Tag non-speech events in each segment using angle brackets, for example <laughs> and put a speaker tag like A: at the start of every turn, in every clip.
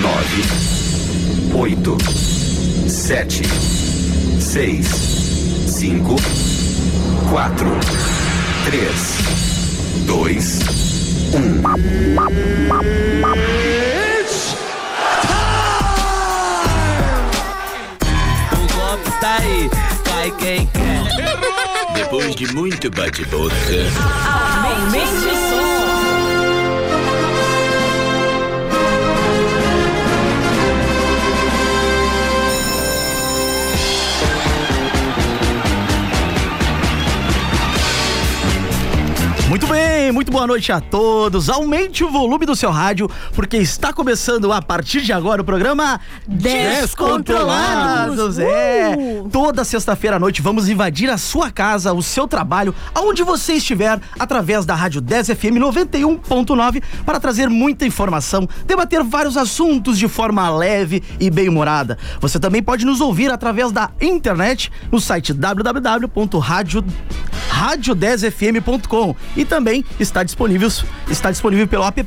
A: nove, oito, sete, seis, cinco, quatro, três, dois, um.
B: O golpe tá aí, vai quem quer.
C: Depois de muito bate-boca,
D: Aumente o som.
E: Muito bem, muito boa noite a todos. Aumente o volume do seu rádio, porque está começando a partir de agora o programa
D: Descontrolados.
E: Descontrolados. É. Toda sexta-feira à noite vamos invadir a sua casa, o seu trabalho, aonde você estiver, através da Rádio 10 FM 91.9, para trazer muita informação, debater vários assuntos de forma leve e bem-humorada. Você também pode nos ouvir através da internet no site www.radio radio10fm.com e também está disponível, está disponível pelo app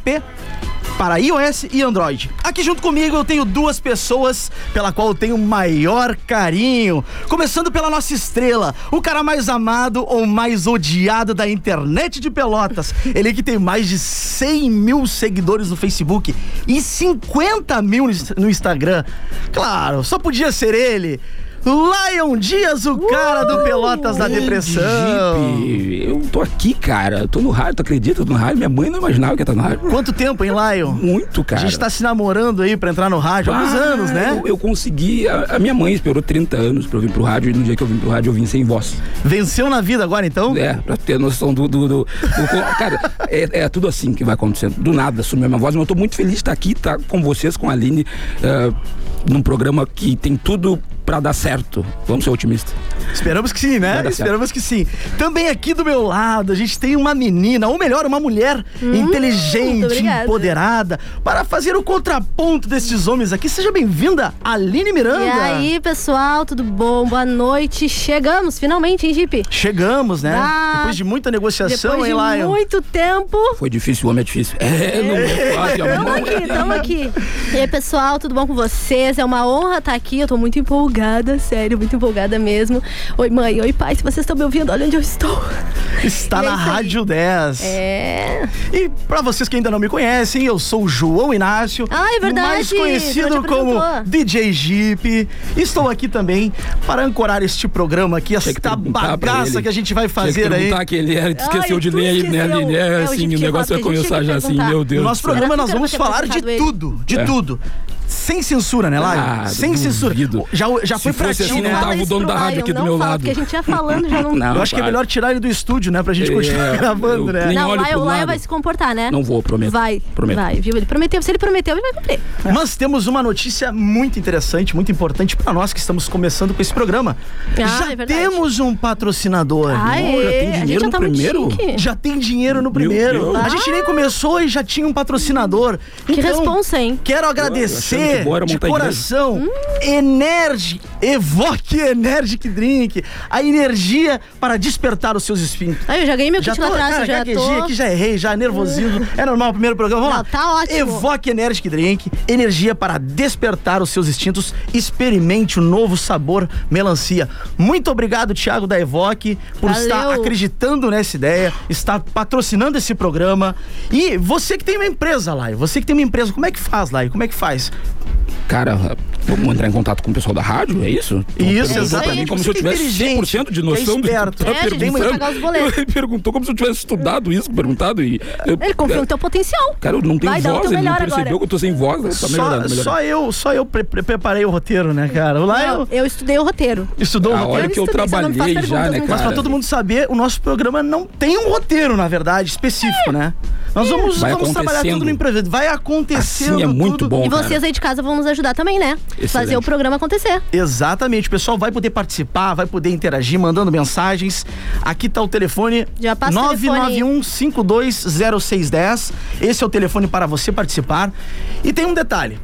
E: para iOS e Android. Aqui junto comigo eu tenho duas pessoas pela qual eu tenho o maior carinho. Começando pela nossa estrela, o cara mais amado ou mais odiado da internet de Pelotas. Ele que tem mais de 100 mil seguidores no Facebook e 50 mil no Ins- no Instagram. Claro, só podia ser ele. Lion Dias, o cara do Pelotas da Depressão.
F: Uh, Jeep, eu tô aqui, cara. Eu tô no rádio, tu acredita? Eu tô no rádio. Minha mãe não imaginava que eu tava no rádio.
E: Quanto tempo, hein, Lion?
F: Muito, cara.
E: A gente tá se namorando aí pra entrar no rádio há alguns
F: Ah,
E: anos, né?
F: Eu, eu consegui. A, a minha mãe esperou 30 anos pra eu vir pro rádio. E no dia que eu vim pro rádio, eu vim sem voz.
E: Venceu na vida agora, então?
F: É, pra ter noção do. do, do- do- cara, é, é tudo assim que vai acontecendo. Do nada sumiu a minha voz, mas eu tô muito feliz de estar aqui, tá com vocês, com a Aline, eh, num programa que tem tudo pra dar certo. Vamos ser otimistas.
E: Esperamos que sim, né?
F: Vai dar certo.
E: Esperamos que sim. Também aqui do meu lado, a gente tem uma menina, ou melhor, uma mulher
D: Hum, muito
E: inteligente,
D: obrigada.
E: empoderada, para fazer o contraponto desses homens aqui. Seja bem-vinda, Aline Miranda.
D: E aí, pessoal, tudo bom? Boa noite. Chegamos finalmente em Jeep.
E: Chegamos, né?
D: Ah,
E: Depois de muita negociação,
D: Depois de
E: hein, Lion?
D: muito tempo.
F: Foi difícil, o homem é difícil. É, não é fácil, a <laughs>
D: Tamo
F: mão
D: aqui, tamo aqui. E aí, pessoal, tudo bom com vocês? É uma honra estar aqui. Eu tô muito empolgada, sério, muito empolgada mesmo. Oi, mãe, oi, pai, se vocês estão me ouvindo, olha onde eu estou.
E: Está
D: E é
E: na
D: isso aí.
E: Rádio 10.
D: É.
E: E pra vocês que ainda não me conhecem, eu sou o João Inácio.
D: Ah, é verdade,
E: Mais
D: tu não
E: conhecido
D: te
E: como
D: apresentou.
E: DJ Jeep. Estou aqui também para ancorar este programa aqui,
F: Tinha que
E: esta
F: perguntar pra
E: bagaça
F: ele.
E: que a gente vai
F: Tinha
E: fazer
F: que
E: aí.
F: perguntar que ele era, tu esqueceu
D: Ai,
F: de
D: tu
F: ler, né,
D: esqueceu.
F: Aline?
D: É,
F: É,
D: o
F: assim,
D: Jeep
F: o
D: que
F: negócio
D: gosta,
F: vai
D: a gente tinha
F: começar
D: que
F: já assim,
D: perguntar.
F: meu Deus.
E: No
F: do
E: nosso
F: céu.
E: programa
D: Será
E: nós
D: que eu
E: vamos
D: quero ter
E: falar de
D: apresentado ele?
E: tudo, de
F: É.
E: tudo. Sem censura, né, Laio?
F: Ah,
E: Sem
F: duvido.
E: censura. Já, já
F: Se
E: foi pra
F: fosse
E: ti,
F: assim,
E: né?
F: não tava
D: Fala
F: o
D: isso
F: dono
D: pro
F: da rádio
D: Lion,
F: aqui do
D: não
F: meu
D: fala,
F: lado.
D: Porque a gente já falando, já não.
F: <laughs> Não,
E: Eu acho que é
F: vai.
E: melhor tirar ele do estúdio, né? Pra gente
F: É,
E: continuar gravando,
F: eu-
E: né?
F: nem
D: Não, o
F: olho
D: Lion,
F: pro
D: o Lion
F: lado.
D: vai se comportar, né?
F: Não vou, prometo.
D: Vai,
F: Prometo.
D: vai, viu? Ele prometeu. Se ele prometeu, ele vai cumprir.
E: Mas temos uma notícia muito interessante, muito importante pra nós que estamos começando com esse programa.
D: Ah,
E: Já
D: é verdade.
E: temos um patrocinador.
D: Ai,
F: olha, Tá tem
D: a gente
F: dinheiro
D: já
F: no
D: tá muito
F: primeiro?
D: chique.
E: Já tem dinheiro no
F: Meu
E: primeiro.
F: Deus.
E: A gente nem começou e já tinha um patrocinador.
D: Ah.
E: Então,
D: Que responsa, hein? Hum.
E: Quero
F: achando
E: agradecer
F: que boa era
E: de
F: montar
E: coração Energy, Evoque Energic Drink, a energia para despertar os seus espinhos.
D: Aí Ah, eu já ganhei meu
E: Já
D: kit
E: tô,
D: lá atrás,
E: cara,
D: eu já
E: gaguejei
D: tô.
E: aqui, já errei, já
D: <laughs>
E: nervosismo. É normal, primeiro programa, vamos
D: Não,
E: lá.
D: tá ótimo.
E: Evoque Energic Drink, energia para despertar os seus instintos. Experimente o novo sabor melancia. Muito obrigado, Thiago da Evoque, por
D: Valeu.
E: estar acreditando nessa ideia, estar patrocinando esse programa. E você que tem uma empresa, Lai, você que tem uma empresa, como é que faz, Lai? Como é que faz?
F: Cara, vamos entrar em contato com o pessoal da rádio, é isso? Tu
E: Isso,
F: perguntou
E: exatamente.
F: pra mim como
E: Você
F: se eu
E: que é
F: tivesse
E: inteligente,
F: 100% de
E: que é
F: noção do que
E: esperto.
F: tu
D: É,
F: tá
D: a gente tem que
F: perguntando.
D: pagar os boletos.
F: <laughs> Ele perguntou como se eu tivesse estudado isso, perguntado e... eu-
D: Ele confia no teu potencial.
F: Cara, eu não tenho
D: Vai dar o
F: voz,
D: teu
F: ele não
D: melhor
F: percebeu
D: agora.
F: que eu tô sem voz. né? Tá melhorando,
E: só,
F: melhorando.
E: só eu, só eu pre- pre- preparei o roteiro, né, cara? O Lai
D: Não, eu estudei o roteiro.
E: estudou o
F: A
E: roteiro.
F: hora que eu
D: estudei, só não me faz
F: trabalhei já,
D: perguntas,
F: né,
D: mas-
E: Mas pra
F: cara?
E: todo mundo saber, o nosso programa não tem um roteiro, na verdade, específico, né? Nós vamos,
F: Vai
E: vamos trabalhar
F: acontecendo.
E: tudo no improviso. Vai acontecendo.
F: Assim é muito
E: tudo.
F: bom.
D: E vocês aí de casa vão nos ajudar também, né? fazer o
F: Excelente.
D: programa acontecer.
E: Exatamente, o pessoal vai poder participar, vai poder interagir, mandando mensagens. Aqui tá o telefone
D: Já passa o telefone aí.
E: 991-520610. Esse é o telefone para você participar. E tem um detalhe.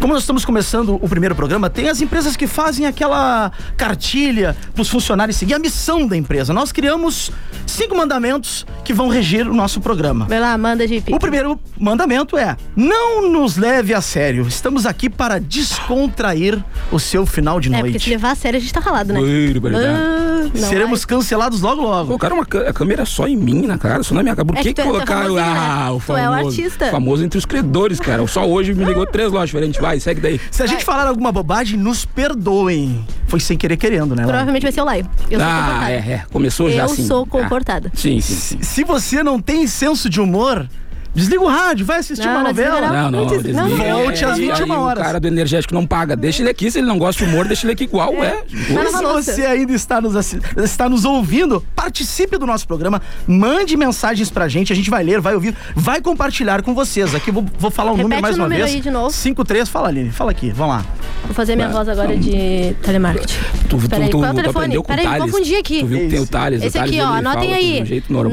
E: Como nós estamos começando o primeiro programa, tem as empresas que fazem aquela cartilha para os funcionários seguir a missão da empresa. Nós criamos cinco mandamentos que vão regir o nosso programa.
D: Vai lá, manda, Jeep.
E: O primeiro mandamento é: não nos leve a sério. Estamos aqui para descontrair o seu final de
D: É, porque se
E: noite.
D: levar a sério, a gente tá ralado, né?
F: Ui, barbaridade.
D: Ah, não
E: Seremos cancelados logo logo.
F: Colocaram é uma cã- a câmera só em mim, na cara, só na minha cara. Por
D: É
F: que,
D: que tu é- tu é
F: colocaram.
D: famosinho, né?
F: ah,
D: Tu
F: o
D: é o
F: famoso.
D: artista.
F: Famoso entre os credores, cara. O Só hoje me ligou três lojas diferentes. Vai, segue daí.
E: Se a gente falar alguma bobagem, nos perdoem. Foi sem querer querendo, né?
D: vai.
E: Laura?
D: Provavelmente vai ser o Laio. Eu sou
F: ah,
D: comportada.
F: é, é. Começou já
D: Eu
F: assim.
D: sou
F: Ah,
D: comportada.
F: sim, sim, sim.
E: Se você não tem senso de humor, desliga o rádio, vai assistir
D: Não,
E: uma
D: não
E: novela.
D: desliga
F: Não, não,
D: Não,
F: desliga.
D: não, não.
E: Volte às
F: E aí
E: 21 horas.
F: O cara do energético não paga. Deixa ele aqui, se ele não gosta de humor, deixa ele aqui igual, é.
D: Vai
E: E
D: lavar
E: se
D: louça.
E: você ainda está nos, assi- está nos ouvindo, participe do nosso programa, mande mensagens pra gente, a gente vai ler, vai ouvir, vai compartilhar com vocês. Aqui vou, vou falar um
D: Repete
E: número mais
D: o
E: uma
D: número
E: vez.
D: aí de novo.
E: 53, fala Aline, fala aqui, vamos lá.
D: Vou fazer minha voz agora de telemarketing.
F: Tá, Tu, tu,
D: Peraí,
F: tu,
D: qual é o
F: tu
D: telefone?
F: aprendeu com o
D: Peraí,
F: Thales.
D: confundi aqui.
F: Tu viu que tem o
E: Esse.
F: Thales. o
D: Esse
F: Thales,
D: aqui, ó,
F: ele
D: anotem
F: fala De
D: aí.
F: um jeito normal.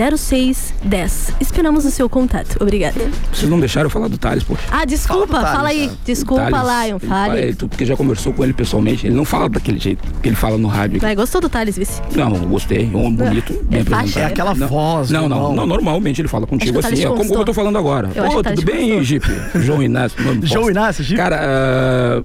D: 991-520610. Esperamos o seu contato. Obrigada.
F: Vocês não deixaram eu falar do Thales, poxa.
D: Ah, desculpa,
E: Fala
D: fala,
E: do Thales,
D: aí.
E: cara.
D: Desculpa,
F: Thales,
D: Lion,
F: ele fala-
D: fale.
F: ele- tu- porque já conversou com ele pessoalmente, ele não fala daquele jeito que ele fala no rádio.
D: Vai, gostou do Thales, vice?
F: Não, eu gostei, um homem bonito, bem
D: é faixa,
E: É
F: apresentado.
E: aquela
F: não,
E: voz,
F: não, não,
E: normal.
F: não, normalmente ele fala
D: Acho que
F: contigo
D: o Thales
F: assim,
D: te
F: é como,
D: constou.
F: como eu tô falando agora.
D: Eu acho que o
F: Ô,
D: Thales
F: tudo
D: te
F: bem,
D: constou.
F: Jeep? João Inácio.
E: <laughs>
F: nome
E: João
F: bosta.
E: Inácio, Jeep?
F: Cara, ah,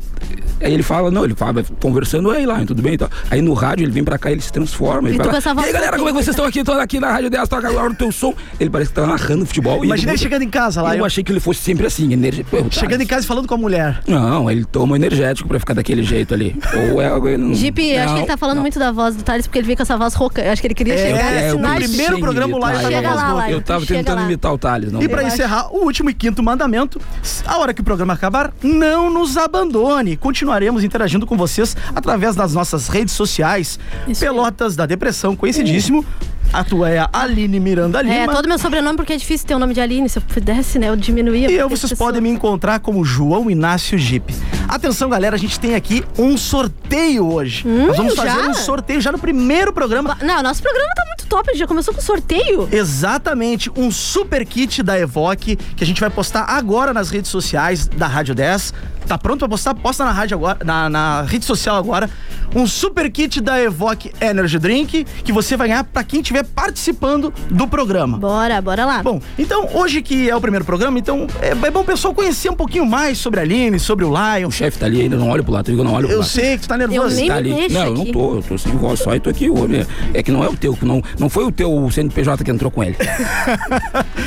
F: aí ele fala, não, ele fala, conversando, aí lá, tudo bem e tal. Aí no rádio ele vem pra cá, ele se transforma,
D: E
F: ele
D: tu
F: fala,
D: com essa
F: e
D: voz
F: aí galera, como é que vocês estão aqui? Tô aqui na Rádio 10, toca agora o teu som. Ele parece que tá narrando futebol. e
E: Imagina ele
F: muda.
E: chegando em casa lá,
F: Eu
E: eu-
F: achei que ele fosse sempre assim, energia. Pô, Thales.
E: Chegando em casa e falando com a mulher.
F: Não, ele toma um energético pra ficar daquele jeito ali. Ou é
D: <laughs>
F: algo. ele não-
D: Jeep, eu acho que ele
F: Não,
D: tá falando
F: não.
D: muito da voz do Thales, porque ele veio com essa voz rouca. Eu acho que ele queria chegar
E: é,
D: nesse
E: eu
D: sinais.
E: preciso. primeiro programa lá,
D: eu tava- Chega lá, lá,
F: Eu tava
D: chega
F: tentando
D: lá.
F: imitar o Thales, não.
E: E pra encerrar, o último e quinto mandamento: a hora que o programa acabar, não nos abandone. Continuaremos interagindo com vocês através das nossas redes sociais.
D: Isso aí.
E: Pelotas da Depressão, conhecidíssimo. A tua é a Aline Miranda Lima.
D: É, todo meu sobrenome, porque é difícil ter o nome de Aline. Se eu pudesse, né, eu diminuía.
E: E eu,
D: porque as
E: vocês
D: pessoas-
E: podem me encontrar como João Inácio Jeep. Atenção, galera, a gente tem aqui um sorteio hoje. Nós vamos fazer
D: Hum, já?
E: um sorteio já no primeiro programa.
D: Não, nosso programa tá muito top, ele já começou com sorteio.
E: Exatamente, um super kit da Evoque que a gente vai postar agora nas redes sociais da Rádio 10. Tá pronto pra postar? Posta na rádio agora, na, na rede social agora. Um super kit da Evoque Energy Drink que você vai ganhar pra quem estiver participando do programa.
D: Bora, bora lá.
E: Bom, então hoje que é o primeiro programa, então é, é bom o pessoal conhecer um pouquinho mais sobre a Aline, sobre o Lion.
F: O chefe tá ali ainda, não olho pro lado, eu não olho pro
E: Eu
F: lado.
E: sei que tu tá
D: Eu
E: nervoso.
D: nem-
F: Tá
D: me
F: ali.
D: deixa
F: Não, eu não
D: aqui.
F: tô, eu tô sem voz só e tô aqui hoje. É que não é o teu, que não, não foi o teu CNPJ que entrou
D: <laughs>
F: com ele.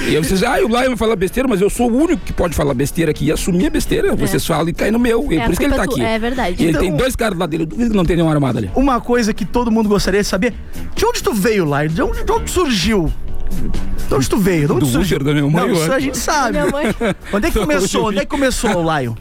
F: e aí vocês, ah, o Lion vai falar besteira, mas eu sou o único que pode falar besteira aqui e assumir a besteira. Vocês falam e cai no meu. E
D: É, a
F: por isso que ele tá
D: culpa é
F: aqui.
D: tua, é verdade.
F: E ele
D: Então-
F: tem dois caras lá dele, eu duvido que não tem nenhum armado ali.
E: Uma coisa que todo mundo gostaria de saber: de onde tu veio, Lion? De onde, de onde tu surgiu? De onde tu veio? De onde
F: Do
E: tu surgiu?
F: útero da minha mãe,
E: Não,
F: eu
E: isso a
F: acho.
E: gente sabe.
D: Minha mãe.
E: Onde é que
F: Da
E: começou?
F: onde eu
E: Onde é que começou o Lion?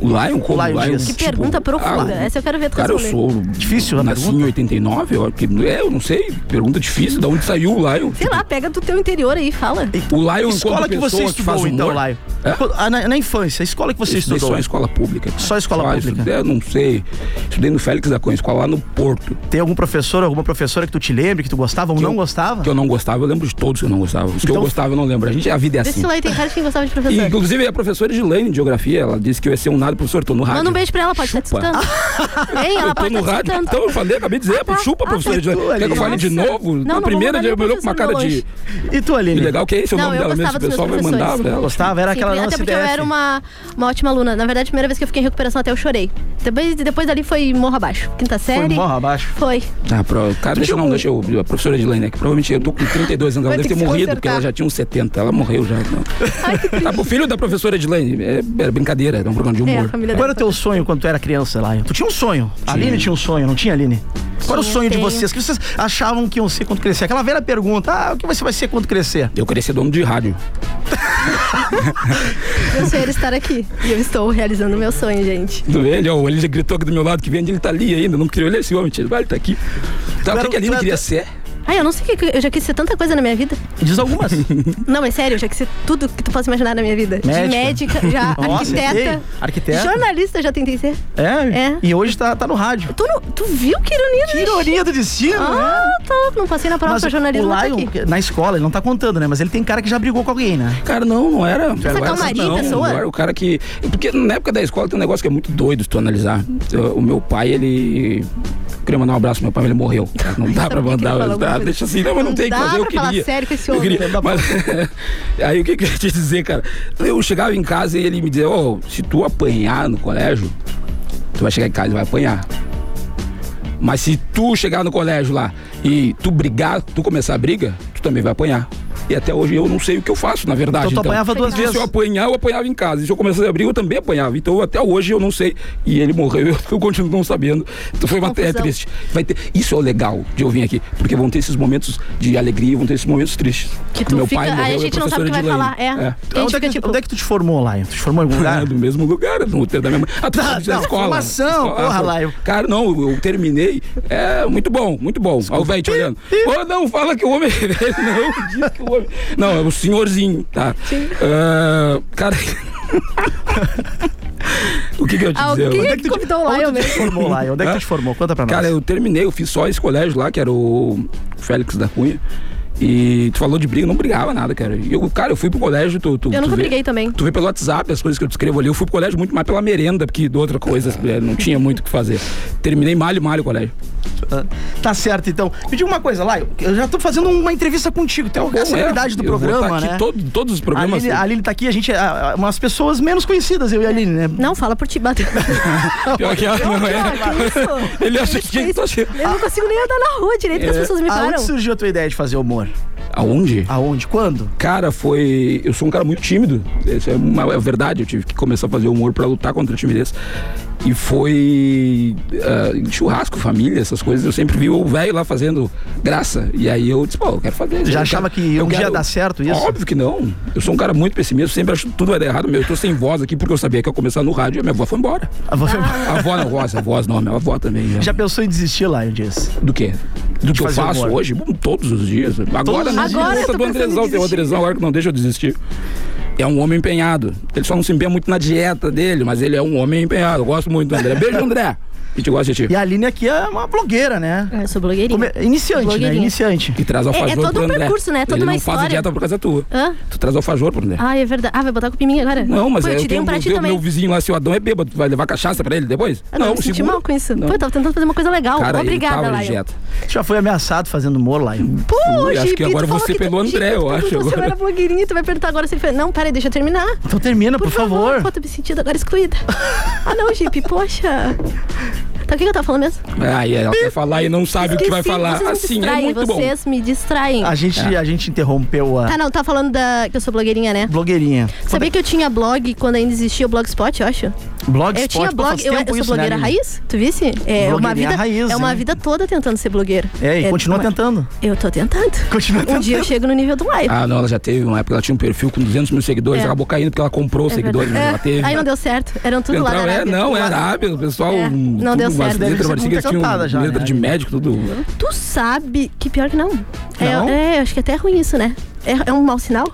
F: O Lion como
E: Lion
F: Lion,
E: Dias.
D: Que pergunta profunda.
F: o-
D: Essa eu quero ver tu
F: Cara, eu
D: responder.
F: sou.
E: Difícil a
F: Nasci em
E: pergunta.
F: 89, eu, que- é, eu não sei. Pergunta difícil, de onde saiu o Lion?
D: Sei lá, pega do teu interior aí, fala.
F: O Lion
E: Escola
F: enquanto
E: que você
F: pessoa
E: estudou,
F: faz
E: então,
F: humor-
E: Lion?
F: É?
E: Ah, Na, na infância, a escola que você
F: Eu estudei
E: estudou.
F: só em escola pública. cara.
E: Só escola pública?
F: Estudei, eu não sei. Estudei no Félix da Cunha, escola lá no Porto.
E: Tem algum professor, alguma professora que tu te lembre, que tu gostava ou
F: Que
E: não
F: eu-
E: gostava?
D: Ah.
F: Que eu não gostava, eu lembro de todos que eu não gostava. Os que eu
E: Então-
F: gostava eu não lembro. A gente, a vida é
D: Vê
F: assim.
D: se lá tem cara de quem gostava de professor.
F: E, inclusive, a professora Gilane de Geografia, ela disse que eu ia ser um nada professor, tô no rádio.
D: Manda um beijo pra ela, pode estar
F: Chupa.
D: te escutando. Ei, ela
F: Eu tô
D: pode
F: no
D: estar te
F: rádio,
D: escutando.
F: então eu falei, acabei de dizer,
D: Ah, tá.
F: chupa,
D: Ah,
F: professora
D: tá.
F: Gilane. Quer que eu fale de
D: Nossa.
F: novo?
D: assim. Não,
F: Na
D: não vou
F: primeira,
D: mandar
F: já me
D: meu
F: olhou com uma cara
D: professor
F: de...
E: E tu,
F: Que
E: Aline?
F: legal que é esse é o
D: Não,
F: nome
D: eu
F: dela mesmo,
D: gostava
F: o
D: dos
F: pessoal vai
D: meus
F: mandar né?
D: professores.
F: pra ela. assim.
E: Gostava? Era
D: Sim,
E: aquela
D: até
E: lá na
D: porque eu
E: CBF.
D: era uma, uma ótima aluna. Na verdade, a primeira vez que eu fiquei em recuperação até eu chorei. Depois, depois dali foi morro abaixo. Quinta série.
E: Foi morra abaixo.
D: Foi.
F: Ah, pro, cara, deixa eu não, deixa eu. A professora Edilene, né, que provavelmente eu tô com 32 anos, ela
D: um- Vai ter
F: deve ter
D: que se
F: morrido,
D: consertar.
F: porque ela já tinha uns 70, ela morreu já. Não.
D: Ai, que triste.
F: Tá, o filho da professora Edilene, é, era brincadeira, era um programa de
D: É, a
F: humor.
D: família
E: Qual era
D: dela.
E: o teu sonho quando tu era criança, Lion? Tu tinha um sonho. A Aline tinha um sonho, não tinha, Aline? Qual era o
D: Tinha,
E: sonho de
D: tenho.
E: vocês? O que vocês achavam que iam ser quando crescer? Aquela velha pergunta, ah, o que você vai ser quando crescer?
F: Eu queria ser dono de rádio.
D: Meu sonho era estar aqui. E eu estou realizando meu sonho, gente.
F: Do ele, ó, ele já é gritou aqui do meu lado que vem, ele tá ali ainda, não queria olhar esse homem, tio. Vai, ele tá aqui. Tá, o
E: era-
F: que que a
E: tu
F: Aline
E: era-
F: queria ser?
D: Ai, eu não sei o que que. Eu já quis ser tanta coisa na minha vida.
E: Diz algumas.
F: <laughs>
D: Não, mas sério, eu já quis ser tudo que tu possa imaginar na minha vida. De
E: Médica.
D: médica,
E: <laughs>
D: já
E: Nossa, sei.
D: arquiteta.
E: Arquiteta.
D: Jornalista já tentei ser.
E: É?
D: É.
E: E hoje tá, tá no rádio.
D: Tu, não- tu viu que ironia,
E: Que
D: né?
E: ironia do destino, né?
D: Ah, tá. Não passei na prova
E: Mas
D: pra jornalismo.
E: o
D: tá
E: Lion,
D: aqui.
E: na escola, ele não tá contando, né? Mas ele tem cara que já brigou com alguém, né?
F: Cara, não, não era. Não era
D: calmaria,
F: não,
D: tá pessoa?
F: não era o cara que. Porque na época da escola tem um negócio que é muito doido se tu analisar. Eu- O meu pai, ele. eu Queria mandar um abraço pro meu pai, mas ele morreu. cara. Não dá
D: Sabe
F: pra
D: por que que eu
F: mandar.
D: falo alguma
F: tá,
D: coisa?
F: deixa assim, não, mas não,
D: Não
F: tem o que
D: dá
F: fazer. Eu
D: pra falar
F: queria.
D: sério com esse
F: eu
D: homem.
F: queria. Mas, <laughs> aí o que, que eu ia te dizer, cara? Eu chegava em casa e ele me dizia: Ô, se tu apanhar no colégio, tu vai chegar em casa e vai apanhar. Mas se tu chegar no colégio lá e tu brigar, tu começar a briga, tu também vai apanhar. E até hoje eu não sei o que eu faço, na verdade.
E: Então tu apanhava duas
F: Se
E: vezes.
F: eu apanhar, eu apanhava em casa. E se eu começasse a briga, eu também apanhava. Então até hoje eu não sei. E ele morreu, <laughs> eu, eu continuo não sabendo. Então foi uma é
D: Confusão.
F: triste. Vai ter, isso é o legal de eu vir aqui, porque vão ter esses momentos de alegria, vão ter esses momentos tristes.
D: Que tu
F: Meu
D: fica-
F: pai
D: aí a
F: morreu, é
D: gente não sabe o
F: professora
D: que vai
F: de lei.
D: falar, é. A
E: Onde
D: gente
E: é, que,
D: fica tipo-
E: onde é que tu te formou, Lion? Tu te formou em algum lugar?
F: É, do mesmo lugar, no hotel da minha mãe. Ah, tu
E: né? Tá,
F: tá,
E: não, formação, porra, Laio.
F: Cara, não, eu, eu terminei. É, muito bom, muito bom. Olha o velho te olhando. Ô, não, fala que o homem <laughs> é velho. Não, diz que o homem... Não, é o senhorzinho, tá? Ah, cara... <laughs> o que que eu te dizer?
D: Alguém
E: é que tu te-
D: convidou "Ah, o
E: Onde
D: Então, Lion
E: tu te
D: mesmo.
E: formou, Lion? Onde é que tu te formou? Conta pra nós.
F: Cara, eu terminei, eu fiz só esse colégio lá, que era o Félix da Cunha. E tu falou de briga, eu não brigava nada, cara. E Eu, cara, eu fui pro colégio, tu, tu
D: Eu
F: tu
D: nunca
F: vê-
D: briguei também.
F: Tu vê pelo WhatsApp as coisas que eu descrevo ali. Eu fui pro colégio muito mais pela merenda, porque de outra coisa,
D: É.
F: eh, não tinha muito o que fazer. Terminei malho, malho o colégio.
E: Tá certo, então. Me diga uma coisa, Lion. Eu já tô fazendo uma entrevista contigo. Tem alguma celebridade do
F: É, eu vou
E: programa,
F: tá aqui
E: né?
F: todo- todos os
E: A
F: programas.
E: Aline, a Aline tá aqui, a gente é ah, ah, umas pessoas menos conhecidas, eu e a Aline, né?
D: Não, fala por ti, bateu.
F: Pior que ela <laughs> não é. Ele acha que eu tô achando.
D: Eu não consigo nem andar na rua direito, que as
F: É.
D: pessoas me param.
E: Aonde surgiu a tua ideia de fazer humor?
F: Aonde?
E: Aonde? Quando?
F: Cara, foi. Eu sou um cara muito tímido. Isso é uma é verdade. Eu tive que começar a fazer humor pra lutar contra a timidez. E foi. ah, em churrasco, família, essas coisas. Eu sempre vi o velho lá fazendo graça. E aí eu disse, pô, eu quero fazer isso.
E: Já
F: Eu
E: achava
F: quero-
E: que
F: eu
E: um dia ia
F: quero-
E: dar certo isso?
F: Óbvio que não. Eu sou um cara muito pessimista. Sempre acho que tudo vai dar errado. Meu, eu tô sem voz aqui porque eu sabia que ia começar no rádio e a minha avó foi embora.
E: Ah, você-
F: A avó não, a voz, a voz não, a minha avó também. né?
E: Já pensou em desistir, Lion, disso?
F: Do quê? Do que eu
E: fazer
F: faço
E: humor.
F: hoje? Bom, Todos os dias. Agora
E: os
F: não.
E: dias.
D: Agora eu tô
F: eu do
D: pensando em
F: Andrezão, tem o
D: desistir.
F: Andrezão agora que não deixa eu desistir. É um homem empenhado. Ele só não se empenha muito na dieta dele, mas ele é um homem empenhado. Eu gosto muito do André. Beijo, André. E te gosto de
E: E
F: ti.
E: a Aline aqui é uma blogueira, né?
D: Eu sou blogueirinha.
E: Come- Iniciante, né?
D: Blogueirinha.
E: Iniciante.
F: E traz
D: é
F: alfajor
D: todo
F: pro
D: um
F: André.
D: percurso, né? Toda
F: ele
D: uma
F: não faz a
D: história.
F: dieta por causa tua.
D: Hã?
F: Tu traz alfajor pro André.
D: Ah, é verdade. Ah, vai botar culpa em mim agora?
F: Não, mas
D: Pô,
F: é,
D: eu
F: eu
D: te dei
F: tenho-
D: um pra
F: eu
D: ti
F: tenho-
D: também.
F: meu vizinho lá, seu Adão, é bêbado. Tu vai levar cachaça pra ele depois?
D: Ah, não, eu me senti
F: segura.
D: mal com isso.
F: Não.
D: Pô, eu tava tentando fazer uma coisa legal.
F: Cara, ele
D: Obrigada,
F: tava de
D: Lion.
F: dieta.
E: Tu já foi ameaçado fazendo humor, Lion?
D: Pô,
F: Ui, acho
D: Gibi,
F: que
D: tu
F: agora
D: falou
F: você
D: que tu-
F: pelo
D: Gibi, tu
F: André, eu
D: perguntou
F: acho,
D: Se eu
F: agora.
D: era blogueirinha, tu vai perguntar agora se ele fez. Não, peraí, deixa eu terminar.
E: Então termina, por, favor.
D: Pô, tô me sentindo agora excluída. ah, não, Gibi, poxa. Tá, o que que eu tava falando mesmo?
F: Aí ela quer falar e não sabe o que vai
D: Esqueci,
F: falar.
D: Vocês me
F: Assim, é
D: distraem,
F: muito bom.
D: vocês me distraem.
E: A gente, a gente interrompeu a
D: Tá, não, tá falando da... que eu sou blogueirinha, né?
E: blogueirinha.
D: Sabia que eu tinha blog quando ainda existia o Blogspot, eu acho?
E: Blogspot,
D: Eu tinha
E: pô,
D: blog,
E: faz
D: eu, eu
E: tempo
D: sou
E: isso, né,
D: blogueira
E: Aline?
D: raiz, tu visse? É uma
E: Blogueirinha
D: vida,
E: raiz,
D: é uma
E: hein?
D: vida toda tentando ser blogueira.
E: É, e continua
D: uma- <laughs>
E: tentando.
D: Eu tô tentando.
E: <laughs> Continua
D: Um dia eu
E: tentando.
D: chego no nível do live.
F: Ah, não, ela já teve uma época, ela tinha um perfil com 200 mil seguidores,
D: É.
F: acabou caindo porque ela comprou os
D: É
F: seguidores,
D: verdade.
F: mas né? ela teve.
D: É, Aí não deu certo. Eram tudo lá da
F: Entrava- é,
D: Arábia.
F: não, é Arábia, o pessoal.
D: É, não deu certo.
F: As
D: Deve
E: ser
F: letras pareciam que
E: muita
F: tinham
E: cantada já,
F: letra
E: né?
F: de médico, tudo.
D: Tu sabe que pior que não. É,
E: Não?
D: é, acho que até é ruim isso, né? É, é um mau sinal?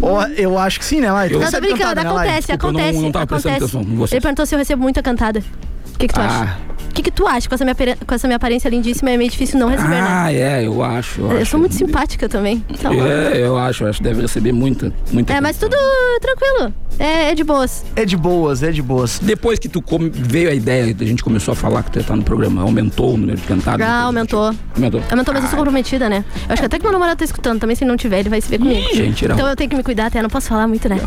E: Ó, eu acho que sim, né, Lion? Tu
F: Eu-
D: não, tô
E: sabe cantar,
D: brincando,
E: né, Lion?
D: acontece,
F: Desculpa, eu não-
D: acontece,
F: não tava prestando
D: acontece.
F: atenção em vocês.
D: Ele perguntou se eu recebo muita cantada. O que, que tu
F: Ah.
D: acha? O que, que tu acha? Com essa, minha, apare- com essa minha aparência lindíssima, é meio difícil não receber, né?
F: Ah, é, eu acho. Eu,
D: Eu
F: acho.
D: sou muito simpática também. Então,
F: É, eu acho, eu acho que deve receber muita, muita.
D: É, mas tudo tranquilo. É, é de boas.
E: É de boas, é de boas.
F: Depois que tu come- veio a ideia, a gente começou a falar que tu ia estar no programa, aumentou o número de cantadas?
D: Já
F: depois do
D: aumentou.
F: tipo? Aumentou.
D: Aumentou, mas eu sou
F: Ah,
D: comprometida, né? Eu acho que até que meu namorado tá escutando também, se ele não tiver, ele vai se ver comigo.
F: Ih, gente, não.
D: então eu tenho que me cuidar até, eu não posso falar muito, né?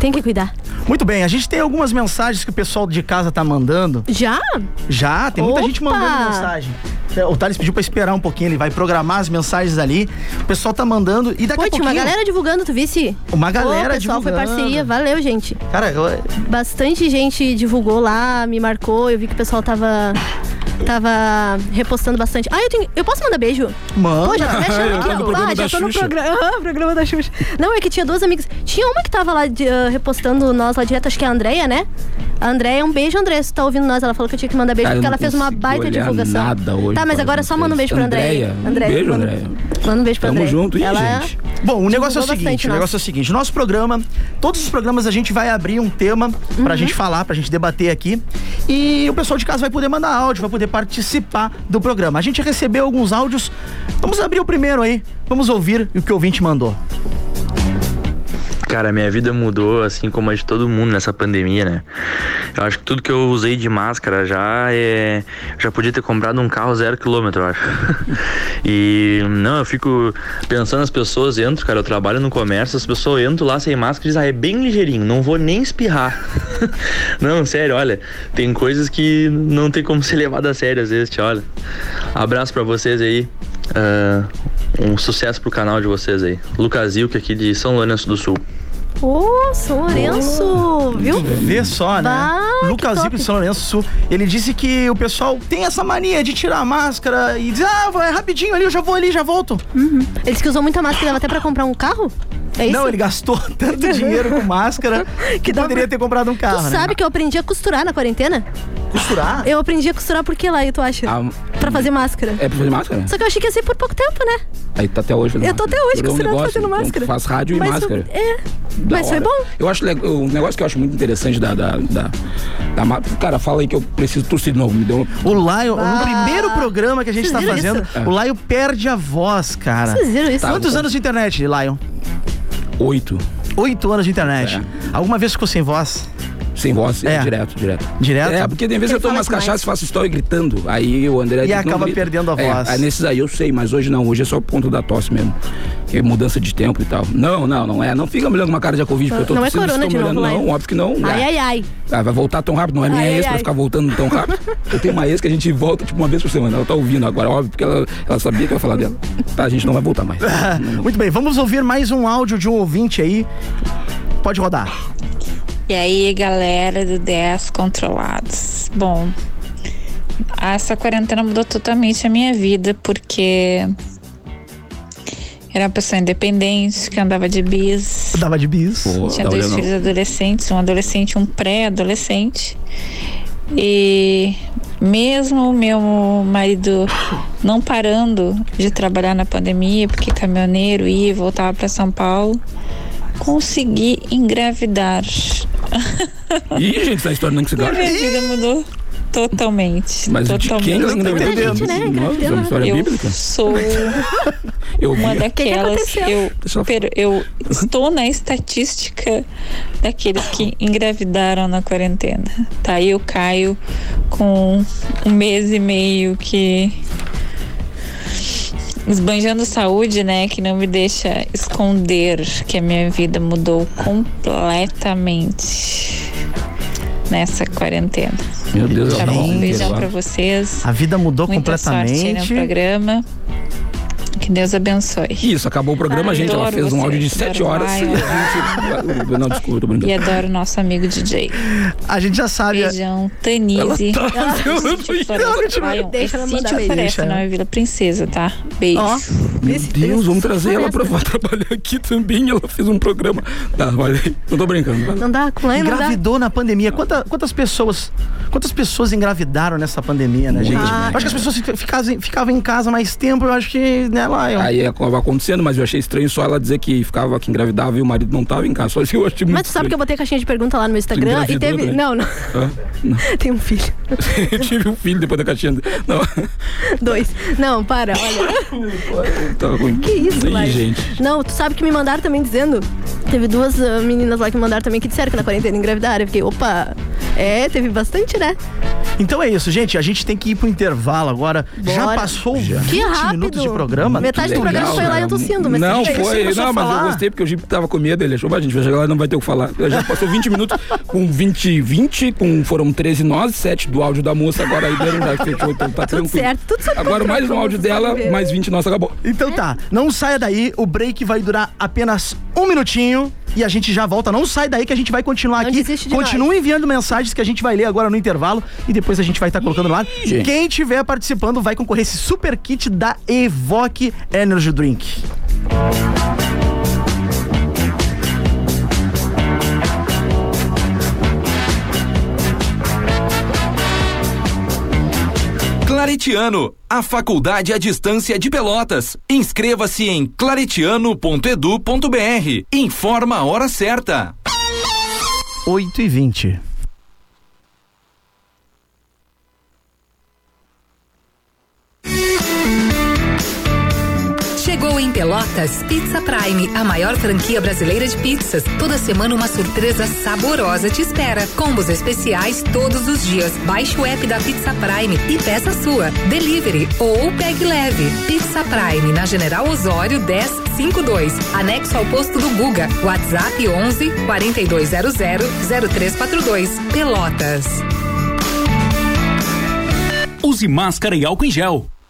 D: Tem que cuidar.
E: Muito bem, a gente tem algumas mensagens que o pessoal de casa tá mandando.
D: Já?
E: Já, tem muita
D: Opa!
E: gente mandando mensagem. É, O Thales pediu pra esperar um pouquinho, ele vai programar as mensagens ali. O pessoal tá mandando e daqui
D: Pô,
E: a
D: tinha
E: pouquinho...
D: uma galera divulgando, tu visse?
E: Uma galera
D: Pô, pessoal,
E: divulgando.
D: foi parceria, valeu, gente.
E: Cara, eu-
D: Bastante gente divulgou lá, me marcou, eu vi que o pessoal tava tava repostando bastante. Ah, eu tenho. Eu posso mandar beijo?
E: Mano.
D: Pô, já
E: <laughs>
D: tô deixando
F: Ah, eu tô
D: aqui,
F: no
D: ó.
F: programa
D: Ah, já
F: da
D: tô no
F: Xuxa.
D: programa. Aham, programa da Xuxa. Não, é que tinha duas amigas. Tinha uma que tava lá de, ah, repostando nós lá direto, acho que é a Andrea, né? A Andrea, um beijo, Andrea. Se tu tá ouvindo nós, ela falou que eu tinha que mandar beijo
F: Cara, eu
D: porque
F: não
D: ela fez uma
F: consigo
D: baita
F: olhar
D: divulgação.
F: nada hoje
D: tá, mas
F: pra
D: agora só manda um beijo pra
F: vocês.
D: Andrea.
F: Andrea, um beijo,
D: manda-
F: Andrea.
D: Manda um beijo pra
F: Tamo
D: Andrea.
F: junto, hein,
D: Ela
F: gente?
E: Bom, o negócio é o
D: Divulgou
E: seguinte,
D: bastante
E: o
D: nós.
E: negócio é o seguinte, nosso programa, todos os programas a gente vai abrir um tema
D: Uhum.
E: pra gente falar, pra gente debater aqui, e o pessoal de casa vai poder mandar áudio, vai poder participar do programa. A gente recebeu alguns áudios. Vamos abrir o primeiro aí. Vamos ouvir o que o ouvinte mandou.
G: Cara, minha vida mudou, assim como a de todo mundo nessa pandemia, né? Eu acho que tudo que eu usei de máscara já é. Já podia ter comprado um carro zero quilômetro, eu acho. <laughs> E não, eu fico pensando, as pessoas entram, cara, eu trabalho no comércio, as pessoas entram lá sem máscara e dizem, ah, é bem ligeirinho, não vou nem espirrar. <laughs> Não, sério, olha, tem coisas que não tem como ser levado a sério às vezes, tia, olha. Abraço pra vocês aí. Ah, um sucesso pro canal de vocês aí. Lucas Ilk aqui de São Lourenço do Sul.
D: Ô, São Lourenço, viu?
E: Vê só, né?
D: Bah, que
E: Lucas
D: top.
E: Zico de São Lourenço do Sul, ele disse que o pessoal tem essa mania de tirar a máscara e dizer, ah, vai rapidinho ali, eu já vou ali, já volto.
D: Ele disse que usou muita máscara dava até pra comprar um carro? É isso?
E: Não, ele gastou <laughs> tanto dinheiro com
D: <laughs>
E: máscara que
D: dá
E: poderia
D: pra-
E: ter comprado um
D: Tu
E: carro, né?
D: sabe que eu aprendi a costurar na quarentena?
E: Costurar?
D: Eu aprendi a costurar por que lá, e tu acha?
F: Ah,
D: pra fazer máscara.
F: É pra fazer máscara?
D: Só que eu achei que ia ser por pouco tempo, né?
F: Aí tá até hoje fazendo
D: Eu tô até
F: máscara.
D: hoje
F: Virou um
D: costurando,
F: negócio,
D: fazendo
F: então
D: máscara.
F: Faz rádio e
D: Mas eu-
F: máscara.
D: é.
F: Da
D: Mas foi
F: hora.
D: bom.
F: Eu acho legal, um negócio que eu acho muito interessante da. da, da, da ma- cara, fala aí que eu preciso tossir de novo. Me deu
E: O Lion, no primeiro programa que a gente
D: Vocês
E: tá
D: viram
E: fazendo,
D: isso?
E: o Lion perde a voz, cara.
F: Ah,
D: Vocês viram
F: tá,
D: isso?
E: Quantos anos de internet, Lion?
F: oito.
E: Oito anos de internet. Alguma vez ficou sem voz?
F: Sem voz, é
E: É.
F: direto, direto.
E: Direto?
F: É, porque tem vezes
D: Ele
F: eu tomo
D: fala
F: umas
D: demais.
F: cachaças e faço story gritando. Aí o André.
E: E
F: diz, "Não
E: acaba
F: grita."
E: perdendo a
F: É,
E: voz.
F: aí nesses aí eu sei, mas hoje não. Hoje é só o ponto da tosse mesmo. Que é mudança de tempo e tal. Não, não, não é. Não fica me olhando com uma cara de Covid, porque eu tô
D: Não é
F: tossindo, vocês
D: corona
F: estão
D: de
F: me
D: novo,
F: olhando.
D: Lion.
F: Não, óbvio que não.
D: Ai,
F: Ah,
D: ai, ai.
F: Ah, vai voltar tão rápido, não é minha
D: Ai, ai,
F: ex pra
D: ai.
F: ficar voltando tão rápido. Eu tenho uma ex que a gente volta tipo uma vez por semana. Ela tá ouvindo agora, óbvio, porque ela, ela sabia que eu ia falar dela. Tá, a gente não vai voltar
H: <laughs>
F: mais.
E: Muito bem, vamos ouvir mais um áudio de um ouvinte aí. Pode rodar.
H: E aí, galera do 10 Controlados. Bom, essa quarentena mudou totalmente a minha vida, porque era uma pessoa independente, que andava de bis,
E: Dava de bis.
F: Pô,
H: tinha
F: tá
H: dois
F: olhando-
H: filhos adolescentes, um adolescente e um pré-adolescente. E mesmo o meu marido não parando de trabalhar na pandemia, porque caminhoneiro ia e voltava para São Paulo, consegui engravidar.
F: Ih, gente, essa história não é que se dá.
H: Minha vida mudou totalmente.
F: Mas de
H: totalmente.
F: quem ainda
D: muita gente, né?
F: Nossa, é uma história
H: eu
F: bíblica.
H: sou
F: Eu <laughs>
H: uma
F: vi.
H: daquelas.
D: aconteceu?
F: Deixa eu-
H: eu, per-
F: <laughs>
H: eu estou na estatística daqueles que engravidaram na quarentena. Tá aí o Caio com um mês e meio que. Esbanjando saúde, né? Que não me deixa esconder que a minha vida mudou completamente nessa quarentena.
F: Meu Deus,
H: Tá
F: ela
H: bom? Um
F: não
H: beijão pra vocês.
E: A vida mudou
H: Muita sorte aí no
E: completamente.
H: programa. Que Deus abençoe.
F: Isso, acabou o programa,
H: Ai,
F: gente. Ela
H: adoro
F: fez um
H: você,
F: áudio de
H: adoro
F: 7 horas.
H: vai,
F: e a gente... Não, desculpa, eu tô brincando.
H: E é adoro nosso amigo DJ.
E: A gente já sabe.
H: Beijão, Tanise. <laughs>
D: te mandou. Deixa ela mandar beijo.
H: Parece, não é Vila Princesa, tá? Beijo.
E: Ó.
F: Meu Deus, vamos trazer ela pra <laughs> trabalhar aqui também. Ela fez um programa. Tá, olha aí. Não tô brincando.
D: Não dá, com não dá.
E: é, Engravidou na pandemia. Quanta- quantas pessoas. Quantas pessoas engravidaram nessa pandemia, né, gente?
F: Ah,
E: eu acho que as pessoas fica- ficassem- ficavam em casa mais tempo, eu acho que, né,
D: Então.
E: Lion?
F: Aí acaba acontecendo, mas eu achei estranho só ela dizer que ficava, que engravidava e o marido não tava em casa. <laughs> Só isso eu achei muito
D: Mas tu sabe que eu botei caixinha de pergunta lá no meu Instagram e
F: engravidou né?
D: teve.
F: também?
D: Não, não. <laughs> Tem um filho.
F: <laughs> eu tive um filho depois da caixinha. Não, <laughs>
D: Dois. Não, para, olha.
F: tá ruim.
D: Que isso,
F: Ih,
D: Laís?
F: gente.
D: Não, tu sabe que me mandaram também dizendo. Teve duas ah, meninas lá que me mandaram também que disseram que na quarentena engravidaram. Eu fiquei, opa. É, teve bastante, né?
E: Então é isso, gente. A gente tem que ir pro intervalo agora. Já passou 20
D: Que rápido.
E: minutos de programa.
D: Metade do tá programa
F: Legal,
D: foi lá
F: cara.
D: eu tossindo, mas
F: Não,
D: tem jeito.
E: Você
F: foi.
E: começou a
F: Não, mas
E: falar.
F: eu gostei porque o Jeep tava com medo. Ele achou, "Bah, a gente vai chegar lá e não vai ter o que falar. Ela Já passou 20 minutos <laughs> com 20, 20, com foram 13 nós, 7 do áudio da moça. Agora aí deram, já fechou, então tá
D: Tudo
F: tranquilo.
D: certo, tudo sob
F: Agora
D: controle,
F: mais um
D: como
F: áudio
D: vocês
F: dela,
D: podem ver.
F: mais 20 nossa, acabou.
E: Então tá, não saia daí, o break vai durar apenas um minutinho e a gente já volta. Não sai daí que a gente vai continuar
D: Não
E: aqui.
D: desiste de
E: Continua enviando mensagens que a gente vai ler agora no intervalo e depois. Depois a gente vai estar colocando no ar.
F: Ih,
E: Quem estiver participando vai concorrer esse super kit da Evoque Energy Drink.
I: Claretiano, a faculdade à distância de Pelotas. Inscreva-se em claretiano.edu.br. Informa a hora certa.
E: 8 e 20.
J: Chegou em Pelotas Pizza Prime, a maior franquia brasileira de pizzas. Toda semana uma surpresa saborosa te espera. Combos especiais todos os dias. Baixe o app da Pizza Prime e peça a sua. Delivery ou pegue leve. Pizza Prime na General Osório 1052, anexo ao posto do Guga. WhatsApp 11 4200 0342. Pelotas.
K: Use máscara e álcool em gel.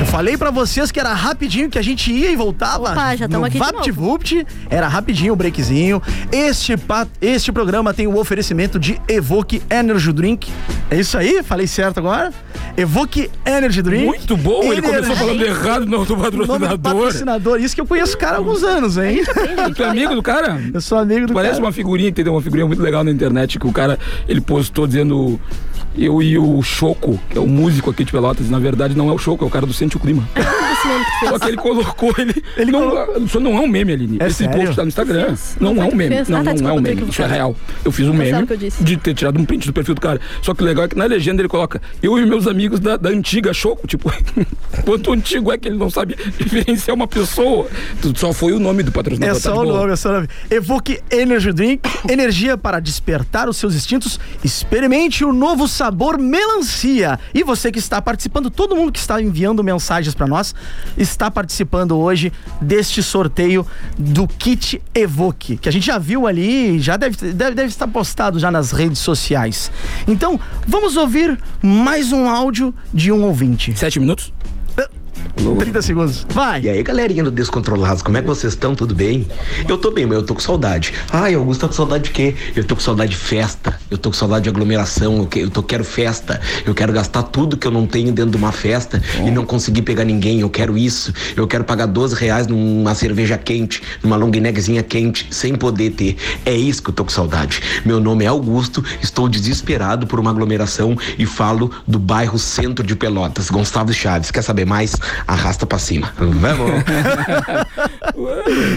E: Eu falei pra vocês que era rapidinho que a gente ia e voltava.
D: Opa, já tamo
E: no
D: aqui de
E: Vapt
D: novo.
E: Vupt, era rapidinho o breakzinho. Este, pa- este programa tem o oferecimento de Evoque Energy Drink. É isso aí? Falei certo agora? Evoque Energy Drink.
F: Muito bom, ele começou falando errado no do
E: O nome é
F: patrocinador.
E: patrocinador. Isso que eu conheço o cara há alguns anos, hein?
F: Tu é amigo do cara? <laughs>
E: Eu sou amigo do
F: Parece
E: cara.
F: uma figurinha, entendeu? Uma figurinha muito legal na internet que o cara, ele postou dizendo eu e o Choco, que é o músico aqui de Pelotas, na verdade não é o Choco, é o cara do Sente o Clima. Só que ele colocou, ele,
E: Ele
F: não,
E: colocou-
F: isso não é um meme, Aline.
E: É
F: Esse
E: sério?
F: post tá no Instagram. Não,
D: Não
F: é
D: foi tu
F: um
D: que
F: meme.
D: fez? Ah,
F: Não,
D: tá,
F: não é
D: desculpa,
F: um
D: eu
F: meme.
D: que
F: Isso é
D: falei.
F: real. Eu fiz um
D: Cancela o
F: meme
D: que eu disse.
F: de ter tirado um print do perfil do cara. Só que o legal é que na legenda ele coloca eu e meus amigos da, da antiga Choco, tipo, <laughs> quanto antigo é que ele não sabe <laughs> diferenciar uma pessoa. Tu- Só foi o nome do
E: É
F: patrocinador. tá
E: só
F: de
E: o
F: boa.
E: nome, é só o nome. Evoque Energy Drink, energia para despertar os seus instintos. Experimente o novo sabor melancia. E você que está participando, todo mundo que está enviando mensagens para nós, está participando hoje deste sorteio do kit Evoque, que a gente já viu ali, já deve, deve, deve estar postado já nas redes sociais. Então, vamos ouvir mais um áudio de um ouvinte.
F: Sete minutos?
E: 30 segundos. Vai.
L: E aí, galerinha do Descontrolados, como é que vocês estão? Tudo bem? Eu tô bem, mas eu tô com saudade. Ai, Augusto, tá com saudade de quê? Eu tô com saudade de festa, eu tô com saudade de aglomeração, eu, que- eu tô, quero festa, eu quero gastar tudo que eu não tenho dentro de uma festa e não conseguir pegar ninguém, eu quero isso, eu quero pagar 12 reais numa cerveja quente, numa long neckzinha quente, sem poder ter. É isso que eu tô com saudade. Meu nome é Augusto, estou desesperado por uma aglomeração e falo do bairro Centro de Pelotas, Gonçalves Chaves. Quer saber mais? Arrasta pra cima. Vamos!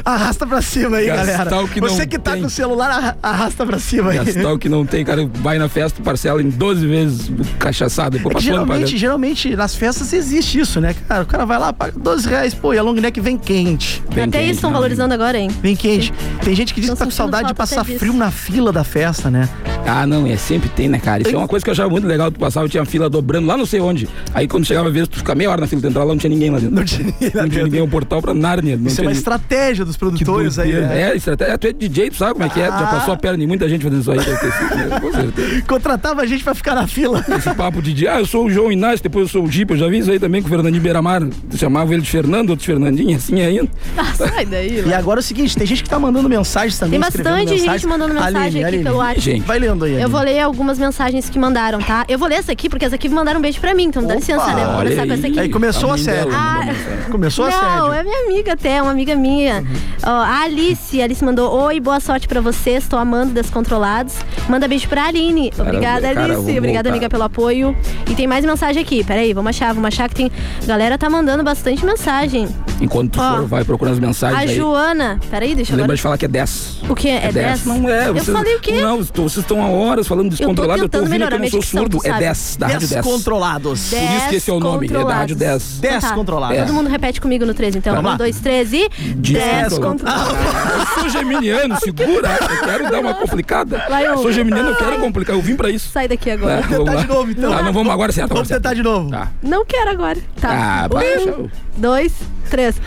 E: Arrasta pra cima aí,
F: Gastar
E: galera.
F: o que
E: Você
F: não
E: que tá
F: tem.
E: com o celular, arra- arrasta pra cima aí.
F: Gastar o que não tem, cara. Vai na festa, parcela em 12 vezes cachaçada. Depois
E: É que
F: passando
E: geralmente,
F: pagando.
E: geralmente, nas festas existe isso, né, cara? O cara vai lá, paga 12 reais, pô, e a long neck vem quente.
F: Bem
D: Até
F: quente,
D: isso estão
F: né?
D: valorizando agora,
F: <laughs>
D: hein?
E: Vem quente. Tem gente que diz
D: Tô
E: que tá com
D: sentindo
E: saudade de
D: falta até
E: passar
D: disso.
E: frio na fila da festa, né?
F: Ah, não, é sempre tem, né, cara? Isso é uma coisa que eu achava muito legal. Tu passava, tinha fila dobrando lá não sei onde. Aí quando chegava a vez, tu ficava meia hora na fila de entrar lá, não tinha ninguém lá dentro.
E: Não tinha ninguém lá
F: Não
E: dentro.
F: tinha ninguém, o portal pra Nárnia. Não
E: Isso é
F: tinha
E: uma
F: ninguém.
E: estratégia dos
F: Que
E: produtores aí,
F: doideira.
E: né? Ah.
F: É, estratégia. Tu é DJ, tu sabe como é que é? Tu Já passou a perna em muita gente fazendo isso aí. deve ter sido, né? Com certeza.
E: Contratava a gente pra ficar na fila.
F: Esse papo de dia, ah, eu sou o João Inácio, depois eu sou o Gipe, eu já vi isso aí também com o Fernandinho Beiramar. Chamava ele de Fernando, outro de Fernandinho, assim ainda.
D: Ah, sai daí.
E: E
D: lá.
E: agora é o seguinte, tem gente que tá mandando mensagens também.
D: Tem
E: escrevendo
D: bastante gente
E: mensagens.
D: mandando mensagem
E: Aline,
D: aqui
E: Aline.
D: pelo WhatsApp.
F: Gente.
E: Vai lendo aí,
D: Eu
E: Aline.
D: vou ler algumas mensagens que mandaram, tá? Eu vou ler essa aqui, porque essa aqui mandaram um beijo pra mim, então dá licença, né? Vou
F: olha
D: começar com
F: aí. É
D: essa aqui.
E: Aí começou a
F: Aline
E: série.
F: Belo mandou
D: Ah.
F: mensagem.
E: Começou a série.
D: Não, é minha amiga até, uma amiga
F: Uhum.
D: minha. Ó, a Alice, a Alice mandou oi, boa sorte pra vocês, tô amando Descontrolados. Manda beijo pra Aline.
F: Cara,
D: Obrigada,
F: cara, eu vou
D: Alice. Obrigada,
F: voltar.
D: amiga, pelo apoio. E tem mais mensagem aqui, peraí, vamos achar, vamos achar que tem... Galera tá mandando bastante mensagem.
F: Enquanto tu
D: Ó,
F: for, vai procurar as mensagens
D: A
F: aí.
D: Joana, peraí, deixa eu
F: Lembra
D: agora...
F: de falar que é 10.
D: O que é? É 10?
F: Não é.
D: Eu
F: vocês-
D: falei o quê?
F: Não, vocês vocês estão há horas falando descontrolado. Eu tô,
D: tentando
F: ouvindo aqui,
D: melhorar
F: eu não
D: minha
F: sou
D: dicção,
F: surdo.
D: tu
F: É
D: sabe.
F: 10, da Rádio 10.
E: Descontrolados.
F: Por isso que esse é o nome, é da Rádio 10.
D: Então tá.
E: Descontrolados.
D: Todo mundo repete comigo no 3, então.
E: Vamos lá.
D: 1, 2, 3 e.
F: Descontrolados.
D: Descontrolados. <laughs>
F: geminiano, segura. Eu quero dar uma complicada.
D: Lion.
F: Sou geminiano, eu quero complicar. Eu vim pra isso.
D: Sai daqui agora.
F: Tá, vamos lá. Tá, não, vamos agora, certo?
E: então. Vamos tentar de novo.
F: Tá.
D: Não quero agora. Tá.
F: Ah, baixa.
D: Um, dois, três.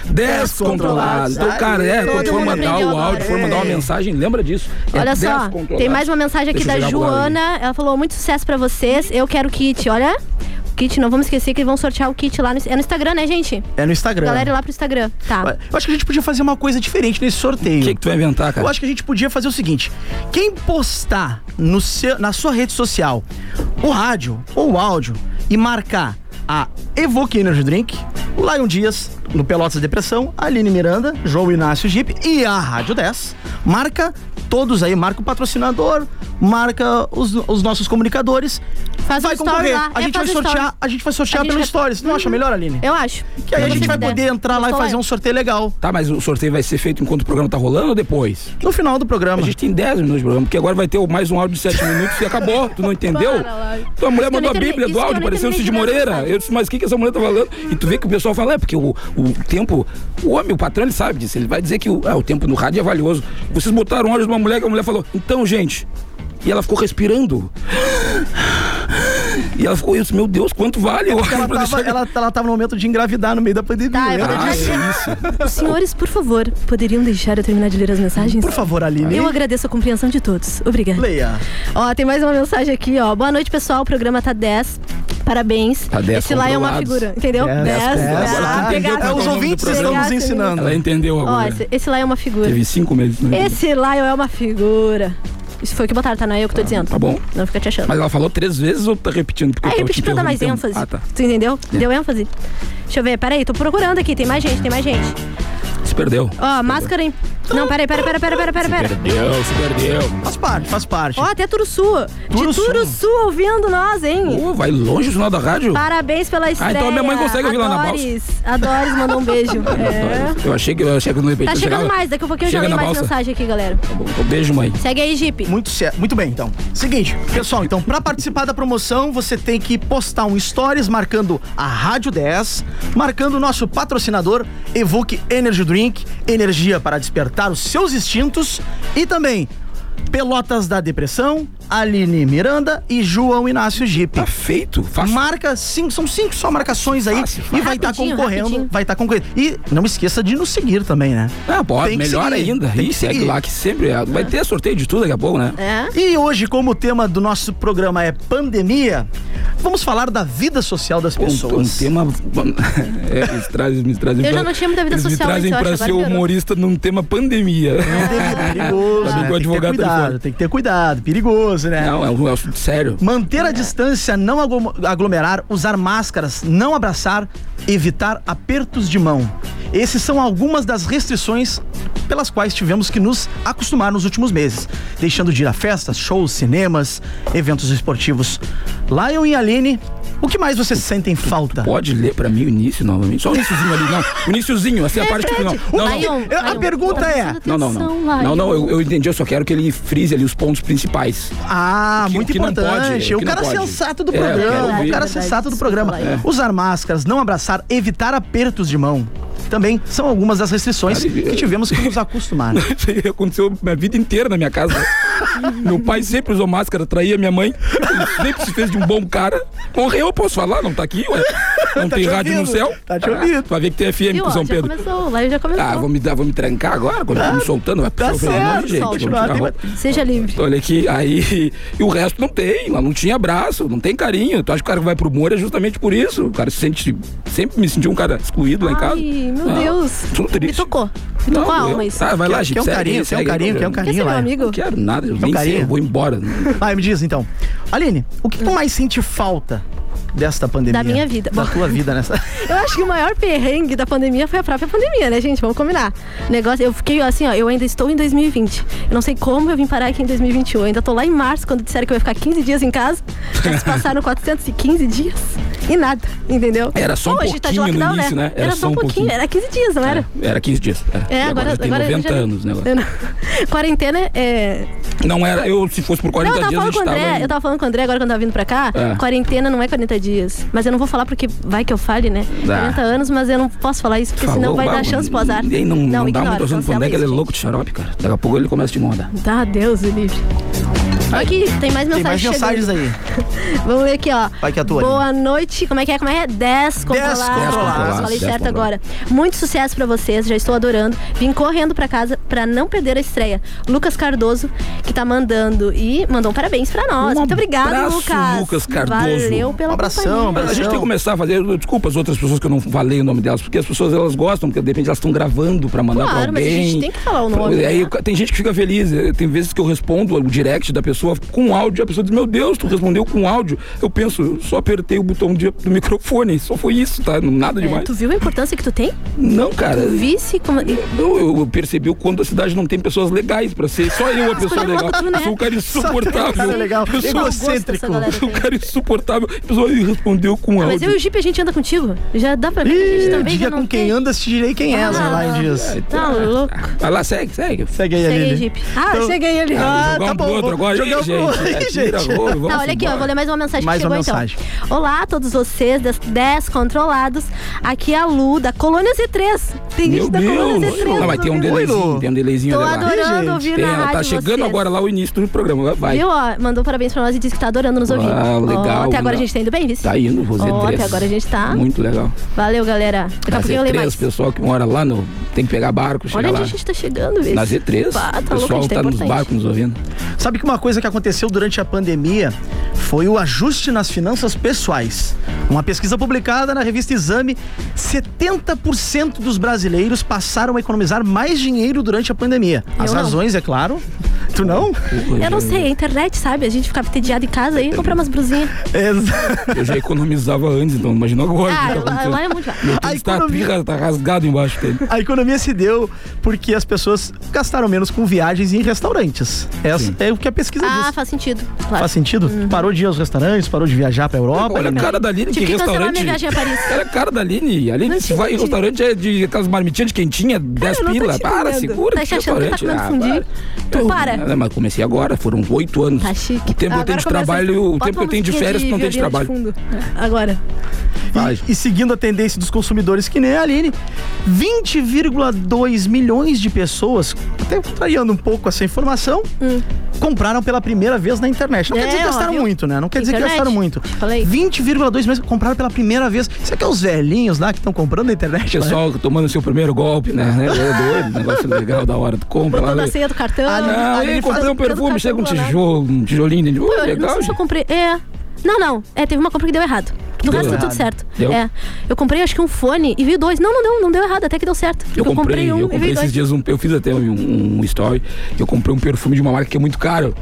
F: Descontrolados. Então, cara, é,
D: Todo
F: quando for
D: mundo
F: mandar
D: aprendeu
F: o
D: agora.
F: áudio, for mandar uma mensagem, lembra disso. É
D: é. Olha só,
F: descontrolados.
D: tem mais uma mensagem aqui
F: Deixa eu
D: da
F: jogar pro lado ali.
D: Joana. Ela falou muito sucesso pra vocês. Eu quero kit. Olha, kit, não vamos esquecer que vão sortear o kit lá no, é no Instagram, né, gente?
E: É no Instagram.
D: Galera, ir lá pro Instagram. Tá.
E: Eu acho que a gente podia fazer uma coisa diferente nesse sorteio. O que,
F: tu vai inventar, cara?
E: Eu acho que a gente podia fazer o seguinte: quem postar no seu- na sua rede social o rádio ou o áudio e marcar a Evoque Energy Drink, o Lion Dias, no Pelotas Depressão, a Aline Miranda, João Inácio Jeep e a Rádio 10, marca todos aí, marca o patrocinador, marca os, os nossos comunicadores.
D: Faz
E: vai
D: um story
E: concorrer.
D: lá.
E: A,
D: É,
E: gente vai
D: faz um
E: sortear,
D: story.
E: a gente vai sortear
D: A gente
E: pelo
D: vai-
E: Stories. Não acha
D: Uhum.
E: melhor, Aline?
D: Eu acho.
E: Que aí a
D: é
E: gente vai poder entrar lá e fazer um sorteio legal.
F: Tá, mas o sorteio vai ser feito enquanto o programa tá rolando ou depois?
E: No final do programa.
F: A gente tem 10 minutos de programa, porque agora vai ter mais um áudio de 7 minutos e acabou. Tu não entendeu?
D: Para lá.
F: Tua mulher
D: Isso
F: mandou a
D: que eu nem
F: Bíblia
D: terminei-
F: do
D: isso que
F: áudio,
D: eu nem
F: pareceu o Cid
D: terminei de ler,
F: Moreira.
D: sabe?
F: Eu disse, mas o que, que essa mulher tá falando? E tu vê que o pessoal fala, é, porque o, o tempo. O homem, o patrão, ele sabe disso. Ele vai dizer que o, ah, o tempo no rádio é valioso. Vocês botaram áudio de uma mulher que a mulher falou, então, gente. E ela ficou respirando. E ela ficou, eu disse, meu Deus, quanto vale? o áudio
E: Ela
F: pra
E: tava,
F: deixar-
E: ela, assim. ela tava no momento de engravidar no meio da pandemia.
D: Tá, eu vou
F: Ah, é isso.
D: Os senhores, por favor, poderiam deixar eu terminar de ler as mensagens?
E: Por favor, Aline.
D: Eu agradeço a compreensão de todos. Obrigada.
E: Leia.
D: Ó, tem mais uma mensagem aqui, ó. Boa noite, pessoal. O programa tá 10. Parabéns.
F: Tá 10
D: Esse lá é uma
F: controlados.
D: figura, entendeu? 10.
F: Dez, dez. Agora tu entendeu
E: É, os
F: qual o nome do
E: ouvintes estão
F: programa.
E: nos ensinando.
F: Ela entendeu
D: Ó,
F: agora.
D: esse, esse lá é uma figura.
F: Teve cinco meses. né?
D: Esse Lion é uma figura. Isso foi o que botaram, tá? Não é eu que tô dizendo.
F: tá bom.
D: Não fica te achando.
F: Mas ela falou três vezes ou tá repetindo? Porque
D: É,
F: eu tô te
D: repetir pra dar mais
F: interrompendo?
D: ênfase.
F: Ah, tá.
D: Tu entendeu? Deu ênfase? Deixa eu ver, peraí, tô procurando aqui, tem mais gente, tem mais gente.
F: Se perdeu.
D: Ó, máscara em. Não, peraí, peraí, peraí, peraí, peraí, peraí. peraí.
F: Perdeu, se perdeu.
E: Faz parte, faz parte.
D: Ó, até Turuçu.
F: Turuçu.
D: De Turuçu ouvindo nós, hein?
F: Pô, vai longe o sinal da rádio?
D: Parabéns pela estreia.
F: então minha mãe consegue ouvir lá na balsa.
D: Adores, Adores, mandou um
F: <laughs>
D: beijo. É.
F: Eu achei que eu achei que no repetido
D: Tá chegando
F: chegava-
D: mais, daqui a pouquinho eu já
F: Chega
D: leio
F: na
D: mais
F: balsa.
D: mensagem aqui, galera.
F: Então, Beijo, mãe.
D: Segue aí, Jeep.
E: Muito, certo. Muito bem, então. Seguinte, pessoal, então, pra participar da promoção, você tem que postar um stories marcando a Rádio 10, marcando o nosso patrocinador Evoque Energy Drink, energia para despertar os seus instintos e também Pelotas da Depressão, Aline Miranda e João Inácio Jeep. Tá
F: feito, fácil.
E: Marca cinco, são cinco só marcações aí e vai estar
D: Rapidinho,
E: concorrendo,
D: rapidinho.
E: vai estar concorrendo. E não esqueça de nos seguir também, né?
F: Ah, pode,
E: Tem que
F: melhor
E: seguir,
F: ainda.
E: tem que
F: E segue
E: seguir.
F: lá que sempre é- vai ter sorteio de tudo daqui a pouco, né?
D: É.
E: E hoje, como o tema do nosso programa é pandemia, vamos falar da vida social das
F: Um, um
E: pessoas.
F: tema. <laughs> É, eles trazem, me trazem
D: Eu já
F: pra-
D: não tinha muita vida
F: eles
D: social,
F: Me trazem
D: mas eu
F: pra
D: acho,
F: ser
D: agora É. melhorou.
F: humorista num tema pandemia.
E: Perigoso,
F: Sabe
E: né?
F: que o
E: Tem que ter
F: advogado tá de
E: cuidado,
F: fora.
E: tem que ter cuidado, perigoso, né?
F: <laughs> Não, é um é um- sério.
E: Manter a distância, não aglo- aglomerar, usar máscaras, não abraçar, evitar apertos de mão. Esses são algumas das restrições pelas quais tivemos que nos acostumar nos últimos meses, deixando de ir a festas, shows, cinemas, eventos esportivos. Lion e Aline, o que mais vocês sentem falta?
F: Pode ler pra mim o início novamente? Só o iníciozinho ali, não. O iníciozinho,
D: É
F: assim, a parte que não. Não, não.
E: Eu-
D: tá
E: a pergunta é.
F: Não, não, não. Não, não, eu, eu entendi, eu só quero que ele frise ali os pontos principais.
E: Ah,
F: que-
E: muito
F: que não
E: importante.
F: pode, é,
E: o
F: que
E: cara
F: não pode.
E: sensato do
F: É, eu quero
E: programa. o
F: ouvir.
E: cara
F: Verdade,
E: sensato do programa.
F: desculpa, Laia.
E: Usar máscaras, não abraçar, evitar apertos de mão. Também são algumas das restrições
F: Cara, eu-
E: que tivemos que nos
F: <laughs>
E: acostumar.
F: Isso aí aconteceu minha vida inteira na minha casa. Meu pai sempre usou máscara, traía minha mãe. Ele sempre se fez de um bom cara. Morreu, eu posso falar? Não tá aqui, ué. <laughs> Não
E: Tá
F: tem
E: te
F: rádio
E: ouvindo,
F: no céu. Ah,
E: tá te ouvindo.
F: Vai ver que tem FM
D: Viu,
F: com
D: ó,
F: São
D: já
F: Pedro.
D: começou, o Lion já começou.
F: Ah, vou me, dar- vou me trancar agora? Quando eu tô me soltando, vai
E: tá
F: pro pelo amor de
E: certo,
F: gente.
E: solte,
F: vamos
E: vai,
F: tirar a roupa.
D: Seja livre.
F: Então, Olha aqui, aí. <laughs> E o resto não tem, lá não tinha abraço, não tem carinho. Tu acha que o cara que vai pro humor é justamente por isso? O cara se sente. Sempre me senti um cara excluído lá em casa.
D: Ai, meu
F: Não,
D: Deus.
F: Tudo
D: Me
F: triste.
D: tocou. Me tocou a alma isso.
F: Tá, vai lá, gente.
E: Quer um
F: segue,
E: carinho, quer um
F: segue,
E: carinho,
F: não,
E: quer um
F: não.
E: carinho, Quer ser meu Laia? amigo?
F: Não quero nada, eu
E: Quer um
F: nem
E: carinho?
F: sei, eu vou embora.
E: Vai, me diz então. Aline, o que tu mais sente falta desta pandemia?
D: Hum. Da minha vida.
E: Da
D: Bom.
E: tua vida
D: <laughs>
E: nessa.
D: Eu acho que o maior perrengue da pandemia foi a própria pandemia, né, gente? Vamos combinar. O negócio, eu fiquei assim, ó, eu ainda estou em 2020. Eu não sei como eu vim parar aqui em 2021. Eu ainda tô lá em março, quando disseram que eu ia ficar 15 dias em casa. Já se
F: <laughs>
D: passaram 415 dias e nada, entendeu?
F: Era só um
D: Hoje tá de
F: pouquinho no
D: lockdown,
F: início, né?
D: Era, só um pouquinho, era 15 dias, não era?
F: Era 15 dias.
D: É,
F: E
D: agora,
F: já tem né,
D: agora
F: 90
D: já-
F: anos o negócio.
D: Eu não- Quarentena é
F: Não era, eu se fosse por
D: Não,
F: 40
D: eu tava
F: dias, a
D: falando com o
F: gente tava.
D: André,
F: em-
D: eu tava falando com o André agora quando tava vindo pra cá.
F: É.
D: Quarentena não é 40 dias. Mas eu não vou falar porque vai que eu fale, né?
F: Tá.
D: 40 anos, mas eu assim, não posso falar isso, porque
F: Falou,
D: senão vai dar
F: bah,
D: chance pro azar.
F: Ninguém não, não, dá
D: ignora,
F: muito torcendo pro
D: cancela
F: André, que
D: isso.
F: ele é louco de xarope, cara. Daqui a pouco ele começa a te mandar.
D: Tá, Deus, o livre. Aqui, tem mais
E: Tem
D: mensagens.
E: mais mensagens
D: chegando.
E: aí.
D: Vamos ver aqui, ó.
E: Vai que é a tua,
D: Boa noite. Como é que é? Como é? Descontrolados.
E: Descontrolados.
D: Falei certo
E: Descontrolados.
D: agora. Muito sucesso pra vocês, já estou adorando. Vim correndo pra casa pra não perder a estreia. Lucas Cardoso, que tá mandando e mandou um parabéns pra nós.
F: Um
D: Muito obrigado,
F: abraço,
D: Lucas.
F: Lucas Cardoso.
D: Valeu
E: Um
D: pela companhia.
F: A gente tem que começar a fazer. Desculpa as outras pessoas que eu não falei o nome delas, porque as pessoas elas gostam, porque de repente elas estão gravando pra mandar pra
D: Claro, mas a
F: alguém.
D: gente tem que falar o nome,
F: Pra- Aí,
D: né?
F: o ca- Tem gente que fica feliz. eh, Tem vezes que eu respondo o direct da pessoa com áudio, a pessoa diz: Meu Deus, tu respondeu com áudio. Eu penso, eu só apertei o botão de- do microfone, só foi isso, tá? Não- Nada
D: É,
F: demais.
D: tu viu a importância que tu tem?
F: Não, cara.
D: Tu visse como. e-
F: Eu, eu- eu percebi o quanto a cidade não tem pessoas legais pra ser. Só eu a pessoa
D: Escolheu
F: legal.
D: logo tu, né?
F: Eu sou um cara
E: Só
F: insuportável.
E: tu é um cara legal,
F: Eu sou
E: egocêntrico.
F: Eu sou um cara insuportável. A pessoa me respondeu com
D: Ah, mas eu
F: áudio.
D: e o Jeep, a gente anda contigo? Já dá pra ver que a gente também já
E: diga
D: não
E: é com quem
D: tem.
E: anda, se direi quem é,
D: Ah,
E: sei lá em dias.
D: Tá louco.
F: Vai lá, segue, segue.
E: Segue aí,
D: Segue aí,
E: Aline.
D: Jeep. Ah,
E: Então-
D: segue aí, Aline.
E: Ah,
F: Jogar
E: tá
F: um
E: bom,
F: pro outro
E: vou
F: agora.
E: jogar um
F: Ih,
E: pro outro, <laughs>
F: gente,
E: ih,
F: atira,
E: gente.
F: vou, vamos
D: Tá, olha aqui, ó,
F: embora.
D: vou ler mais uma mensagem
E: Mais
D: que
E: uma
D: chegou
E: mensagem.
D: então. Olá a todos vocês, des- descontrolados. Aqui é a Lu, da Colônia Z3. Tem
F: Meu
D: gente da Colônia
F: Deus!
D: Z3.
F: Não, mas tem um
D: ouvindo.
F: delayzinho, tem um delayzinho
D: Tô
F: olha lá.
D: adorando ouvir
F: Tem,
D: na
F: ela tá
D: rádio
F: chegando
D: vocês.
F: agora lá o início do programa, vai.
D: Viu, ó, mandou parabéns pra nós e disse que tá adorando nos
F: Ah,
D: ouvir. Ó,
F: legal,
D: até agora
F: legal.
D: a gente tá indo bem, Vice?
F: Tá indo, você
D: Ó, até agora a gente tá.
F: Muito legal.
D: Valeu, galera. Daqui a
F: Na
D: pouquinho eu leio
F: Z3,
D: mais.
F: o pessoal que mora lá no... tem que pegar barco, chegar
D: Olha
F: lá.
D: onde a gente tá chegando, Vice.
F: Na Z3,
D: Pá, tá louco, a
F: o pessoal
D: gente tá
F: tá nos
D: importante.
F: barcos nos ouvindo.
E: Sabe que uma coisa que aconteceu durante a pandemia foi o ajuste nas finanças pessoais. Uma pesquisa publicada na revista Exame, 70% dos brasileiros passaram a economizar mais dinheiro durante a pandemia. As
D: Eu não.
E: razões, é claro. Tu <laughs> não?
D: Eu não sei, a internet, sabe? A gente ficava entediado em casa e comprar umas brusinhas.
F: Eu já economizava antes, então imagina agora. o que
D: Ah,
F: tá
D: lá,
F: acontecendo.
D: lá é muito.
F: Meu Deus, tá, pirra, tá rasgado embaixo dele.
E: A economia se deu porque as pessoas gastaram menos com viagens e em restaurantes. Essa é o que a pesquisa diz.
D: Ah, Uhum. faz sentido. Claro.
E: Faz sentido? Parou de ir aos restaurantes, parou de viajar pra Europa. né?
F: Olha a cara da Aline, que
D: Tive que cancelar
F: restaurante.
D: minha viagem a Paris.
F: Olha a cara da Aline. Aline, se vai em restaurante é de aquelas marmitinhas de quentinha, 10
D: Ah, eu não tô
F: pila.
D: te
F: Para,
D: entendendo.
F: segura.
D: Tá
F: que
D: achando que tá
F: restaurante, Ah,
D: comendo fundi? Tu
F: Eu-
D: para.
F: Ah, mas comecei agora, foram oito anos.
D: Tá chique.
F: O tempo que eu tenho de trabalho, o tempo
D: um
F: que eu tenho de férias, que não tenho de trabalho.
D: Agora.
E: E, e seguindo a tendência dos consumidores, que nem a Aline, 20,2 milhões de pessoas, até contrariando um pouco essa informação, compraram pela primeira vez na internet. Não
D: Hum. É,
E: quer dizer que
D: ó,
E: gastaram
D: viu?
E: muito, né? Não quer dizer que
D: Internet.
E: gastaram muito.
D: Falei.
E: 20,2 milhões compraram pela primeira vez. Será que é os velhinhos lá que estão comprando na internet?
F: Pessoal
D: É.
F: tomando seu primeiro golpe, né? É
D: <laughs>
F: doido, negócio é legal, da hora. Tu compra lá.
D: Botando a
F: né?
D: senha do cartão.
E: Ah,
F: Ah,
D: Aí
F: ele comprou um
D: fazendo
F: perfume,
D: cartão
F: chega um
D: lá.
F: tijolo, um tijolinho dentro.
D: Pô,
F: Ô,
D: tá eu não
F: legal,
D: sei se eu comprei. É. Não, não. É, teve uma compra que deu errado. Do
F: Deu
D: resto tá
F: errado.
D: tudo certo.
F: Deu?
D: É. Eu comprei acho que um fone e veio dois. Não, não deu, não deu errado, até que deu certo. Porque
F: Eu comprei,
D: um
F: eu
D: e
F: comprei
D: veio
F: esses
D: dois.
F: dias um. Eu fiz até um, um story. Eu comprei um perfume de uma marca que é muito caro.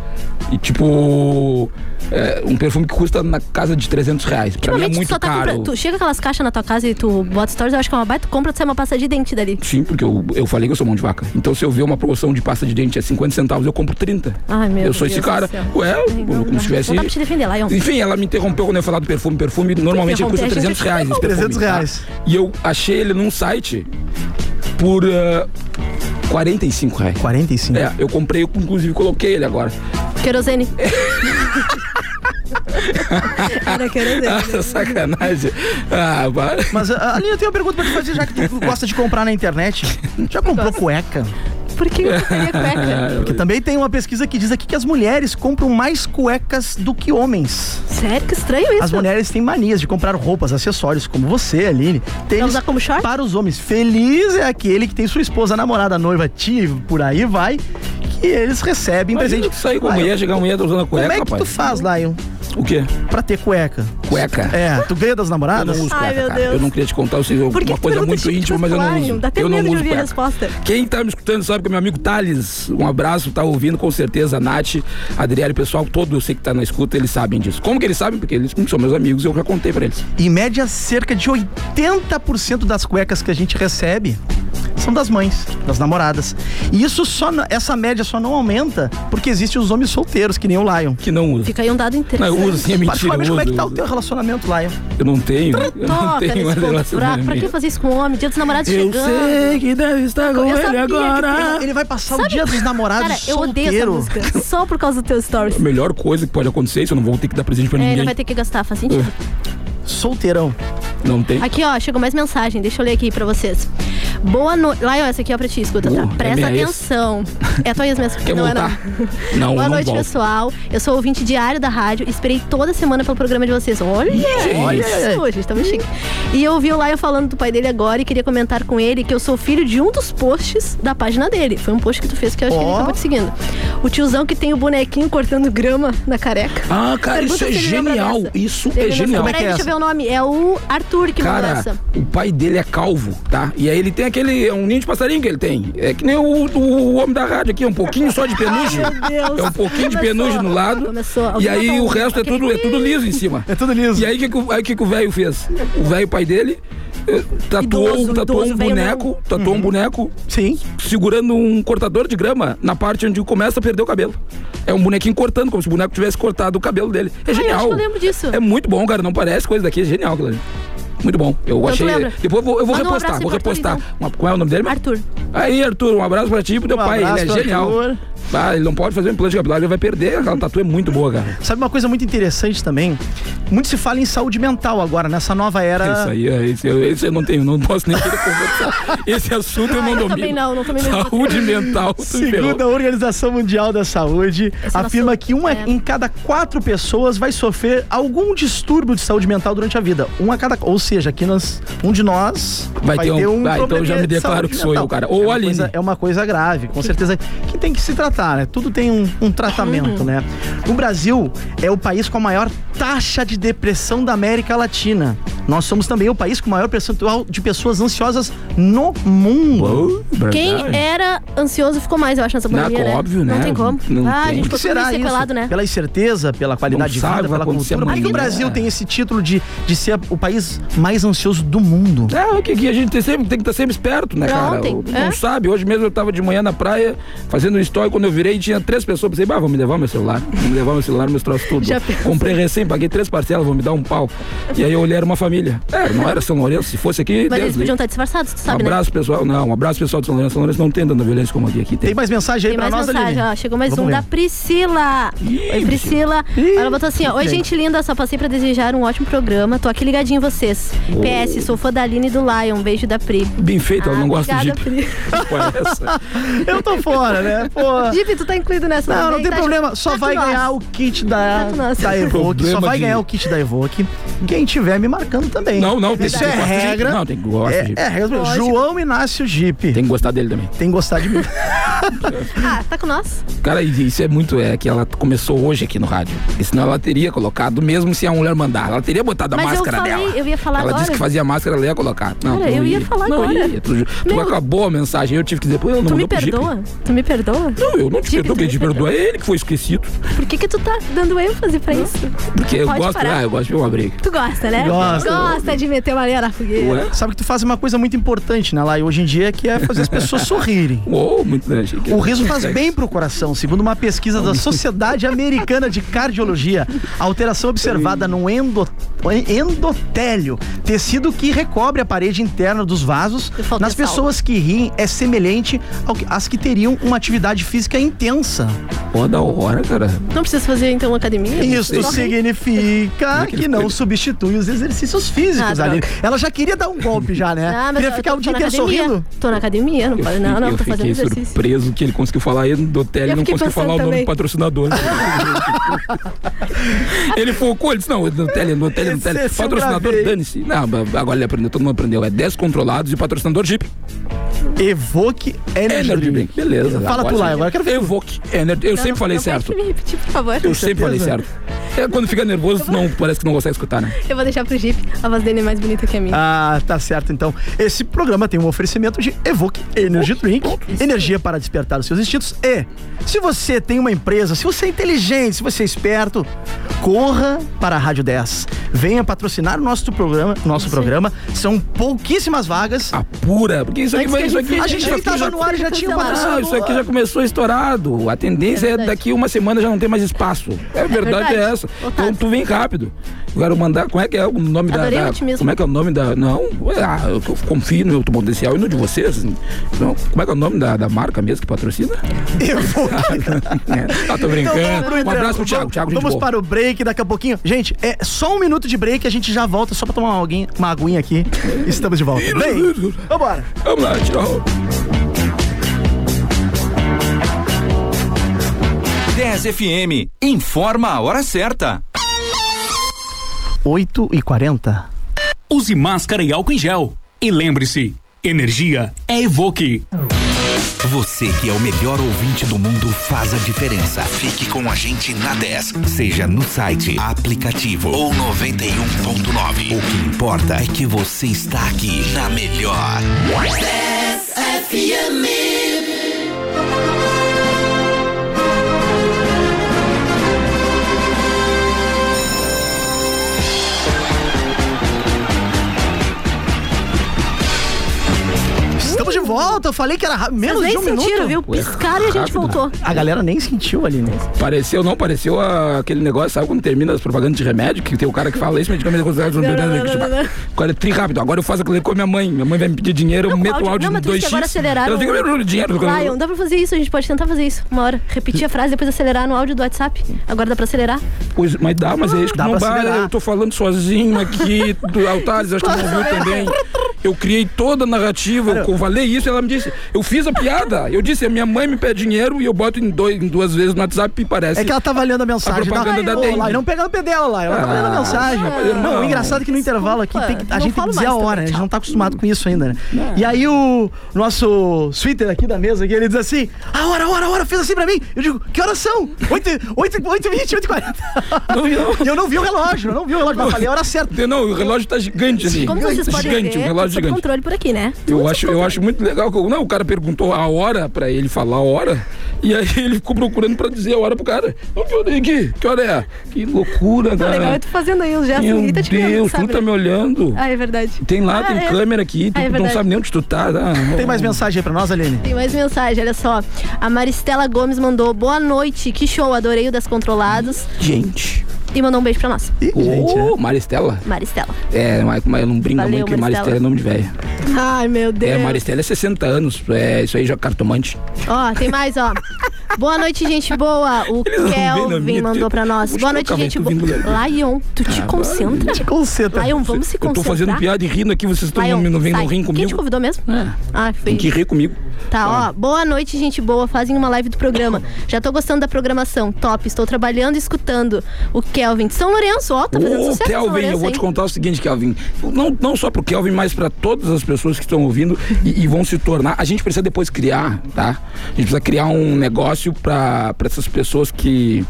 F: E tipo. é, um perfume que custa na casa de 300 reais. Pra mim é
D: Ultimamente tu
F: muito
D: só tá
F: caro.
D: comprando. Tu chega aquelas caixas na tua casa e tu bota stories, eu acho que é uma baita compra, tu sai uma pasta de dente dali.
F: Sim, porque eu, eu falei que eu sou mão de vaca. Então se eu ver uma promoção de pasta de dente a 50 centavos, eu compro 30.
D: Ai, meu
F: eu sou
D: Deus
F: esse
D: do
F: cara.
D: céu.
F: Ué,
D: não
F: como se
D: dá.
F: tivesse.
D: Não dá pra te defender, Lion.
F: Enfim, ela me interrompeu quando eu ia falar do perfume. Perfume normalmente ele
D: Interrompe,
F: custa
D: a gente
F: 300 reais. esse
E: 300
F: perfume, tá?
E: reais.
F: E eu achei ele num site por ah, 45 reais.
E: 45?
F: É, eu comprei, eu, inclusive coloquei ele agora. <laughs>
D: Querosene. Era querosene.
F: Ah, <laughs> sacanagem. Ah, para.
E: Mas, a- Aline, eu tenho uma pergunta pra te fazer, já que tu gosta de comprar na internet. Já comprou cueca?
D: Por que eu teria cueca?
F: <laughs>
E: Porque também tem uma pesquisa que diz aqui que as mulheres compram mais cuecas do que homens.
D: Sério, que estranho isso.
E: As mulheres têm manias de comprar roupas, acessórios, como você, Aline. Tênis
D: usar como short?
E: Para os homens. Feliz é aquele que tem sua esposa, namorada, noiva, tio, por aí vai, que eles recebem
F: Imagina
E: presente.
F: tu sair com a
E: Lion,
F: mulher, chegar a mulher tá usando a cueca,
E: Como é que
F: rapaz.
E: tu faz, Lion,
F: O quê?
E: pra ter cueca?
F: Cueca.
E: É, tu ganha das
F: Eu não
E: namoradas?
F: uso cueca,
D: Ai, meu
F: cara.
D: Deus.
F: Eu não queria te contar, eu sei,
D: Por que
F: uma
D: tu
F: coisa
D: pergunta
F: muito
D: de
F: íntima, mas eu não
D: Lion?
F: uso.
D: Dá até
F: tipo eu não
D: medo de
F: uso
D: ouvir a
F: cueca.
D: resposta.
F: Quem tá me escutando sabe que é meu amigo Thales, um abraço, tá ouvindo com certeza, a Nath, Adriele, o pessoal todo, eu sei que tá na escuta, eles sabem disso. Como que eles sabem? Porque eles como são meus amigos, eu já contei pra eles.
E: Em média, cerca de 80% das cuecas que a gente recebe são das mães, das namoradas. E isso só, n- essa média só não aumenta porque existem os homens solteiros, que nem o Lion.
F: Que não usam.
D: Fica aí um dado interessante.
F: Não, eu uso sim, é mentira,
E: Particularmente,
F: eu
E: como é que
F: uso,
E: tá o
F: uso.
E: teu relacionamento, Lion?
F: Eu não tenho. Eu não
D: Toca
F: tenho
D: nesse ponto do buraco. Pra
F: mais
D: que
F: relacionamento.
D: fazer isso com o homem? Dia dos namorados
F: Eu
D: chegando.
F: sei que deve estar com
D: Eu
F: ele
D: sabia que
F: agora.
D: tu-
E: Ele vai passar
D: Sabe-
E: o dia dos namorados
D: Cara, eu odeio essa
E: solteiro.
D: música. Só por causa do teu stories.
F: A melhor coisa que pode acontecer, isso eu não vou ter que dar presente pra
D: É, ele
F: ninguém.
D: não vai ter que gastar, faz sentido.
E: Solteirão.
F: Não tem.
D: Aqui, ó, chegou mais mensagem. Deixa eu ler aqui pra vocês. Boa noite. Lion, essa aqui é pra ti, escuta, tá?
F: Uh, é
D: Presta
F: minha ex.
D: atenção. É tua ex mesmo.
F: <laughs> Quer
D: não
F: voltar?
D: é, não.
F: Não,
D: Boa
F: não
D: noite,
F: volto.
D: pessoal. Eu sou ouvinte diário da rádio. Esperei toda semana pelo programa de vocês. Olha,
F: Gente.
D: olha isso. Gente, tá bem chique. E eu ouvi o Lion falando do pai dele agora e queria comentar com ele que eu sou filho de um dos posts da página dele. Foi um post que tu fez que eu acho que ele
F: Ó.
D: acabou te seguindo. O tiozão que tem o bonequinho cortando grama na careca.
F: Ah, cara,
D: Pergunta
F: isso é
D: se ele lembra
F: genial.
D: dessa.
F: Isso é
D: Ele não-
F: genial.
D: Peraí, deixa eu ver o nome. É o Arthur que mandou
F: Cara,
D: essa.
F: o pai dele é calvo, tá? E aí ele tem aquele. É um ninho de passarinho que ele tem. É que nem o, o homem da rádio aqui, é um pouquinho só de penugem.
D: Ai, meu Deus.
F: É um pouquinho de
D: Começou,
F: penugem no lado.
D: começou.
F: E
D: Alguém
F: aí
D: botou
F: o
D: um-
F: resto é
D: aquele-
F: tudo, é tudo liso em cima.
E: É tudo liso.
F: E aí o que, que o- aí, o que que o velho fez? O velho pai dele. eh, Tatuou,
D: Idoso,
F: tatuou
D: idoso,
F: um
D: velho
F: boneco,
D: mesmo. Uhum.
F: tatuou um boneco,
E: sim,
F: segurando um cortador de grama na parte onde começa a perder o cabelo. É um bonequinho cortando, como se o boneco tivesse cortado o cabelo dele.
D: Ai, Ah,
F: É
D: eu
F: genial.
D: acho que eu lembro disso.
F: É muito bom, cara. Não parece coisa daqui. É genial, aquilo ali. Muito bom. Eu
D: Então, tu
F: achei.
D: lembra?
F: Depois eu vou, eu vou
D: Manda um
F: repostar.
D: abraço
F: vou
D: aí pro Arthur,
F: repostar. Uma- qual é o nome dele?
D: Arthur.
F: Aí, Arthur, um abraço pra ti e pro teu
E: Um
F: pai. Ele
E: abraço
F: é
E: pro
F: genial.
E: Arthur.
F: Ah, ele não pode fazer um implante capilar, ele vai perder. Aquela tatu é muito boa, cara.
E: Sabe uma coisa muito interessante também? Muito se fala em saúde mental agora, nessa nova era.
F: Isso aí, é, esse, eu, esse eu não tenho, não posso nem querer conversar. Esse assunto eu não domino.
D: Ah, também não, não tomei mesmo.
F: Saúde mental, tu me ferrou.
E: Segundo a Organização Mundial da Saúde,
D: Esse
E: afirma
D: nosso-
E: que uma
D: é.
E: em cada quatro pessoas vai sofrer algum distúrbio de saúde mental durante a vida. Um a cada, ou seja, aqui nós, um de nós
F: Vai ter um- Ah, então
E: probleminha
F: já me
E: de
F: declaro
E: saúde
F: que sou
E: mental.
F: eu, cara. Ou
E: é uma
F: Aline.
E: coisa- é uma coisa grave, com certeza que tem que se tratar, né? Tudo tem um, um tratamento, né? O Brasil é o país com a maior taxa de depressão da América Latina. Nós somos também o país com o maior percentual de pessoas ansiosas no mundo.
D: Quem era ansioso ficou mais, eu acho, nessa
E: Não,
D: pandemia, né?
E: óbvio, né?
D: Não tem como.
E: Não
D: ah, a
E: tem.
D: gente ficou
E: O que será
D: tudo meio sequelado,
E: isso?
D: né?
E: Pela incerteza, pela qualidade
F: Não sabe
E: de vida,
F: vai
E: pela
F: acontecer
E: cultura. Por que que o
F: amanhã,
E: Brasil
F: né?
E: tem esse título de, de ser o país mais ansioso do mundo?
F: É, o que, que a gente tem, sempre, tem que estar sempre esperto, né,
E: Pra
F: cara?
E: ontem,
F: O-
E: é.
F: Não sabe, hoje mesmo eu tava de manhã na praia fazendo um story, quando eu virei tinha três pessoas, pensei, bah, vou me levar meu celular, vou me levar meu celular, meus troços tudo.
D: Já pensou.
F: Comprei recém, paguei três parcelas, vou me dar um pau. E aí eu olhei, era uma família. É, não era São Lourenço, se fosse aqui,
D: Mas
F: Deus
D: eles
F: livre.
E: né?
D: podiam estar disfarçados, tu
F: Um
D: sabe, né?
F: abraço, pessoal. Não, um abraço, pessoal de São Lourenço. São Lourenço não tem tanta violência como aqui. aqui tem.
E: Tem mais mensagem aí
D: Tem
E: pra
D: mais
E: nós,
D: mensagem,
E: Aline?
D: ó. Chegou mais
E: Vamos
D: um
E: ler.
D: da Priscila. Oi, Priscila. Ela botou assim, ó. Oi, gente linda. Só passei pra desejar um ótimo programa. Tô aqui ligadinho em vocês. PS, sou fã da Aline e do Lion. Beijo da Pri.
F: Bem feito,
E: Então,
F: ela não gosta de
D: Ah, obrigada,
E: <laughs>
F: Jeep. Qual é essa?
E: Eu tô fora, né?
D: <laughs>
E: Pô.
D: Jeep, tu tá incluído nessa
E: Não,
D: também,
E: não tem
D: tá,
E: problema.
D: Ju?
E: Só
D: Tá
E: vai
D: com nós.
E: ganhar o kit da,
D: Tá com nós.
E: da Evoque. Só
F: Problema
E: vai
F: de-
E: ganhar o kit da Evoque. Quem tiver me marcando também.
F: Não, não, tem
E: Isso
F: que
E: é
F: ter gosto de Jeep.
E: regra.
F: Não, tem que gostar de
E: É,
F: Jeep.
E: é regra.
F: Lógico.
E: João Inácio Jeep.
F: Tem que gostar dele também.
E: Tem que gostar de mim. <laughs>
D: Ah, tá com nós?
F: Cara, isso é muito. É que ela começou hoje aqui no rádio. E senão ela teria colocado, mesmo se a mulher mandar. Ela teria botado a
D: Mas eu
F: máscara
D: falei,
F: dela.
D: eu ia falar
F: ela
D: agora.
F: disse que fazia máscara, ela ia colocar. Não,
D: Cara,
F: tu
D: eu ia falar
F: não
D: agora.
F: Ia. Tu, tu
D: Meu-
F: acabou a mensagem, eu tive que dizer, pô, eu não
D: tu me
F: mandou pro Jeep.
D: perdoa? Tu me perdoa?
F: Não, eu não te
D: Jeep,
F: perdoo,
D: tu
F: quem
D: me
F: te perdoa é ele que foi esquecido.
D: Por que que tu tá dando ênfase pra isso?
F: Porque eu
D: Pode
F: gosto,
D: parar.
F: ah, eu gosto de uma briga.
D: Tu gosta, né?
E: Gosto.
D: Gosta de meter uma lenha na fogueira.
E: Sabe que tu faz uma coisa muito importante, né, lá e hoje em dia, que é fazer as pessoas sorrirem.
F: Uou, muito né, achei que-
E: O
F: <laughs>
E: riso faz bem pro coração, segundo uma pesquisa da Sociedade Americana de Cardiologia. A alteração observada no endo- endotélio, tecido que recobre a parede interna dos vasos, nas pessoas que riem é semelhante ao que- às que teriam uma atividade física intensa.
F: Pô, da hora, cara.
D: Não precisa fazer, então, academia?
E: Isso
D: Só-
E: significa é que não substitui os exercícios físicos,
D: Ah,
E: ali.
D: droga.
E: Ela já queria dar um golpe já, né?
D: Ah, mas
E: queria
D: eu
E: ficar
D: tô-
E: o dia
D: tô na
E: inteiro
D: academia.
E: sorrindo.
D: Tô na academia, não pode. Não, não,
F: eu
D: tô fazendo
F: fiquei
D: exercício.
F: surpreso que ele conseguiu falar aí do hotel e
D: Eu
F: não
D: fiquei
F: conseguiu falar
D: pensando
F: o nome
D: também.
E: <laughs>
F: do patrocinador. ele focou, ele disse, não, do hotel, do hotel, do
E: Esse-
F: hotel.
E: esse eu
F: Patrocinador,
E: gravei.
F: dane-se. Não, ba- agora ele aprendeu, todo mundo aprendeu. É descontrolados e o patrocinador Jeep.
E: Evoque Energy,
F: Energy
E: Drink.
F: Drink. Beleza.
E: É, Fala tu lá, agora eu quero
F: ver. Evoque Energy. Eu
D: Não,
F: sempre falei
D: não
F: certo.
D: Pode me repetir, por favor.
F: Eu sempre falei certo. É, quando fica nervoso, não, parece que não consegue escutar, né?
D: Eu vou deixar pro Jeep. A voz dele é mais bonita que a minha.
E: Ah, tá certo então. Esse programa tem um oferecimento de Evoque Energy Drink, energia para despertar os seus instintos. E, se você tem uma empresa, se você é inteligente, se você é esperto, corra para a Rádio 10. Venha patrocinar o nosso programa, nosso programa. São pouquíssimas vagas.
F: Ah. Apura, porque isso aqui,
D: Antes que
F: vai,
D: a
F: isso aqui.
E: É A gente
F: isso
E: nem
F: aqui
E: tava no ar e já tinha
D: Então,
F: Não,
E: patrocinador.
F: ah, isso aqui já começou estourado. A tendência é, daqui uma semana já não tem mais espaço. É verdade,
D: verdade.
F: é essa. Então tu vem rápido. Eu quero mandar. Como é que é o nome da-
D: Adorei o
F: da.
D: otimismo.
F: Como é que é o nome da. Não, ah, eu confio no meu potencial e no de vocês. Então, como é que é o nome da, da marca mesmo que patrocina? <laughs>
E: Eu vou.
F: ah, tô brincando.
E: Então,
F: um abraço pro Thiago. Thiago, gente
E: Vamos
F: boa.
E: para o break daqui a pouquinho. Gente, é só um minuto de break, a gente já volta só pra tomar uma, alguinha- uma aguinha aqui. Estamos de volta. Bem, vambora.
F: Vamos lá, tchau.
I: 10 FM informa a hora certa.
E: 8 e 40
K: Use máscara e álcool em gel. E lembre-se, energia é Evoque.
M: Você que é o melhor ouvinte do mundo faz a diferença. Fique com a gente na 10, seja no site, aplicativo ou 91.9. O que importa é que você está aqui na melhor.
E: Estamos de volta, eu falei que era rápido. Menos
D: Vocês
E: de um
D: nem sentiram, viu?
E: minuto.
D: Piscaram e a gente
F: rápido.
D: voltou.
E: A galera nem sentiu ali, né?
F: Pareceu, não pareceu ah, aquele negócio, sabe quando termina as propagandas de remédio, que tem o cara que fala, esse medicamento é considerado...
D: Não, não, não, não, não.
F: Agora é tri rápido, agora eu faço aquilo ali com a minha mãe, minha mãe vai me pedir dinheiro, eu meto o áudio
D: não,
F: em
D: mas tu disse
F: dois
D: que agora
F: x
D: aceleraram.
F: Eu tenho que ver dinheiro.
D: Lion, dá pra fazer isso, a gente pode tentar fazer isso. Uma hora.
F: Hum.
D: Repetir a frase, depois acelerar no áudio do WhatsApp. Agora dá pra acelerar.
F: Pois, mas dá, mas é isso que
D: Dá
F: não
D: pra
F: vai,
D: acelerar.
F: eu tô falando sozinho aqui, do Altares, acho que não ouviu também. Eu criei toda a narrativa, eu falei isso, ela me disse, eu fiz a piada, eu disse, a minha mãe me pede dinheiro e eu boto em, dois, em duas vezes no WhatsApp e parece...
E: É que ela tava lendo a mensagem.
F: Tá
E: né?
F: propaganda da
E: Ô,
F: dengue.
E: Lai, não pegando o pé dela, lá. Ela tava
F: Ah,
E: lendo a mensagem.
F: mas eu
E: Não,
F: não-
E: o engraçado é que no intervalo aqui tem que- a
F: não
E: gente tem que
F: falo
E: dizer a
F: mais
E: hora.
F: também,
E: A gente não tá acostumado com isso ainda, né?
F: é.
E: E aí o nosso Twitter aqui da mesa, aqui, ele diz assim, a hora, a hora, a hora, fez assim pra mim. Eu digo, que horas são? 8 8 8 20 8 40 Eu não vi o relógio, eu não vi o relógio, mas eu falei "É a hora certa.
F: Não, o relógio tá gigante ali.
D: Como vocês podem
F: gigante,
D: ver,
F: um
D: tudo sob
F: relógio gigante. Ah,
D: controle por aqui, né?
F: Eu acho, eu acho muito legal que eu- não, o cara perguntou a hora pra ele falar a hora e aí <laughs> ele ficou procurando pra dizer a hora pro cara. Ô, que hora é que? Que hora é? Que loucura,
D: Tá legal,
F: cara.
D: eu tô fazendo aí os gestos.
F: Meu
D: ninguém tá te vendo,
F: Deus,
D: sabe,
F: tu tá
D: né?
F: me olhando.
D: Ah, é verdade.
F: Tem lá,
D: Ah,
F: tem
D: é.
F: câmera aqui, tu
D: Ah, é
F: não
D: verdade.
F: sabe nem onde tu tá. tá?
E: Tem mais mensagem aí pra nós, Aline?
D: Tem mais mensagem, olha só. A Maristela Gomes mandou boa noite, que show, adorei o Descontrolados.
F: Gente.
D: E mandou um beijo pra nós.
F: Ô, Maristela.
D: Maristela.
F: É, mas, mas eu não brinco
D: né? Valeu,
F: muito que Maristela
D: Maristela.
F: é nome de velha.
D: Ai, meu Deus.
F: É, Maristela é 60 anos. É, isso aí já é cartomante.
D: Ó, tem mais, ó. Boa noite, gente boa. O
F: Eles não vêm na
D: Kelvin
F: minha,
D: mandou
F: tio.
D: pra nós.
F: Vou te
D: Boa noite,
F: colocar,
D: gente
F: vai,
D: boa.
F: tu vindo lá.
D: Lion, tu te
F: Ah,
D: concentra?
E: Te concentra.
D: Lion, vamos se
F: Eu tô
D: concentrar.
F: fazendo piada e rindo aqui, vocês estão
D: Lion,
F: não vêm
D: sai.
F: não riem
D: Quem te
F: comigo. É.
D: convidou mesmo? Ah, foi.
F: Tem que rir comigo.
D: Tá, ó. Boa noite, gente boa. Fazem uma live do programa. Já tô gostando da programação. Top. Estou trabalhando e escutando. O Kelvin de São Lourenço, ó. Tá fazendo
F: Ô,
D: sucesso. em São
F: Kelvin, eu
D: Lourenço,
F: vou te
D: hein?
F: contar o seguinte, Kelvin. Não, não só pro Kelvin, mas pra todas as pessoas que estão ouvindo e, e vão se tornar. A gente precisa depois criar, tá? A gente precisa criar um negócio pra, pra essas pessoas que.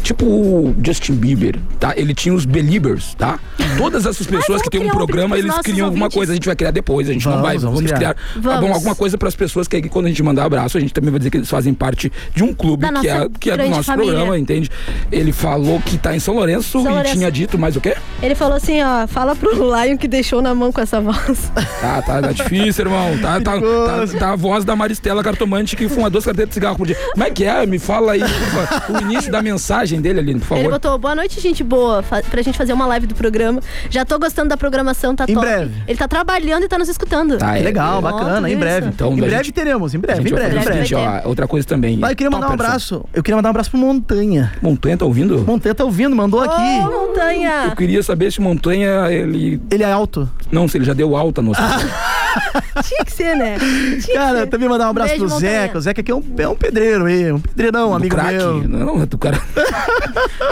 F: Tipo o Justin Bieber, tá? Ele tinha os Beliebers, tá? Todas essas pessoas que têm um
D: criar um
F: programa,
D: brinde pros
F: eles
D: nossos
F: criam alguma
D: ouvintes.
F: coisa. A gente vai criar depois, a gente não
E: Vamos,
F: vai.
E: vamos
F: Vamos,
E: criar.
F: criar,
D: Vamos.
F: algum- alguma coisa pras pessoas que aí, quando a gente mandar abraço, a gente também vai dizer que eles fazem parte de um clube
D: Da
F: que é,
D: nossa
F: que é do
D: grande
F: nosso
D: família.
F: programa, entende? Ele falou que tá em São Lourenço
D: São
F: e
D: Lourenço.
F: tinha dito mais o quê?
D: Ele falou assim, ó. Fala pro Lion que deixou na mão com essa voz.
F: Tá,
D: <laughs>
F: tá, tá difícil, irmão. Tá, tá,
E: Perigoso.
F: tá, tá a voz da Maristela Cartomante que fuma duas carteiras de cigarro por dia. Como é que é? Me fala aí, por favor, o início da mensagem dele, Aline, por
D: Ele
F: favor.
D: botou, boa noite, gente boa, fa- pra gente fazer uma live do programa. Já tô gostando da programação, tá
E: Em
D: top.
E: breve.
D: Ele tá trabalhando e tá nos escutando.
F: Tá, é.
E: Legal, bacana, em breve.
F: Então,
E: em
F: a
E: breve
F: gente-
E: teremos, em
F: A
E: breve, em
F: gente vai
E: breve, em
F: fazer um o
E: breve.
F: seguinte, ó, outra coisa também.
E: Mas eu queria mandar um
F: Topperson.
E: abraço. Eu queria mandar um abraço pro Montanha.
F: Montanha tá ouvindo?
E: Montanha tá ouvindo, mandou aqui.
D: Ô, montanha!
F: Eu queria saber se Montanha, ele...
E: Ele é alto?
F: Não, se ele já deu alta no
E: Ah,
F: hospital.
E: um
D: Tinha que ser, né? Tinha que
E: Cara,
D: ser.
E: também mandar um abraço
D: Beijo,
E: pro
D: Montanha.
E: Zeca. O Zeca aqui é um, é um pedreiro aí, um pedreirão, amigo
F: craque.
E: meu.
F: Não, é do
E: <laughs>
F: cara.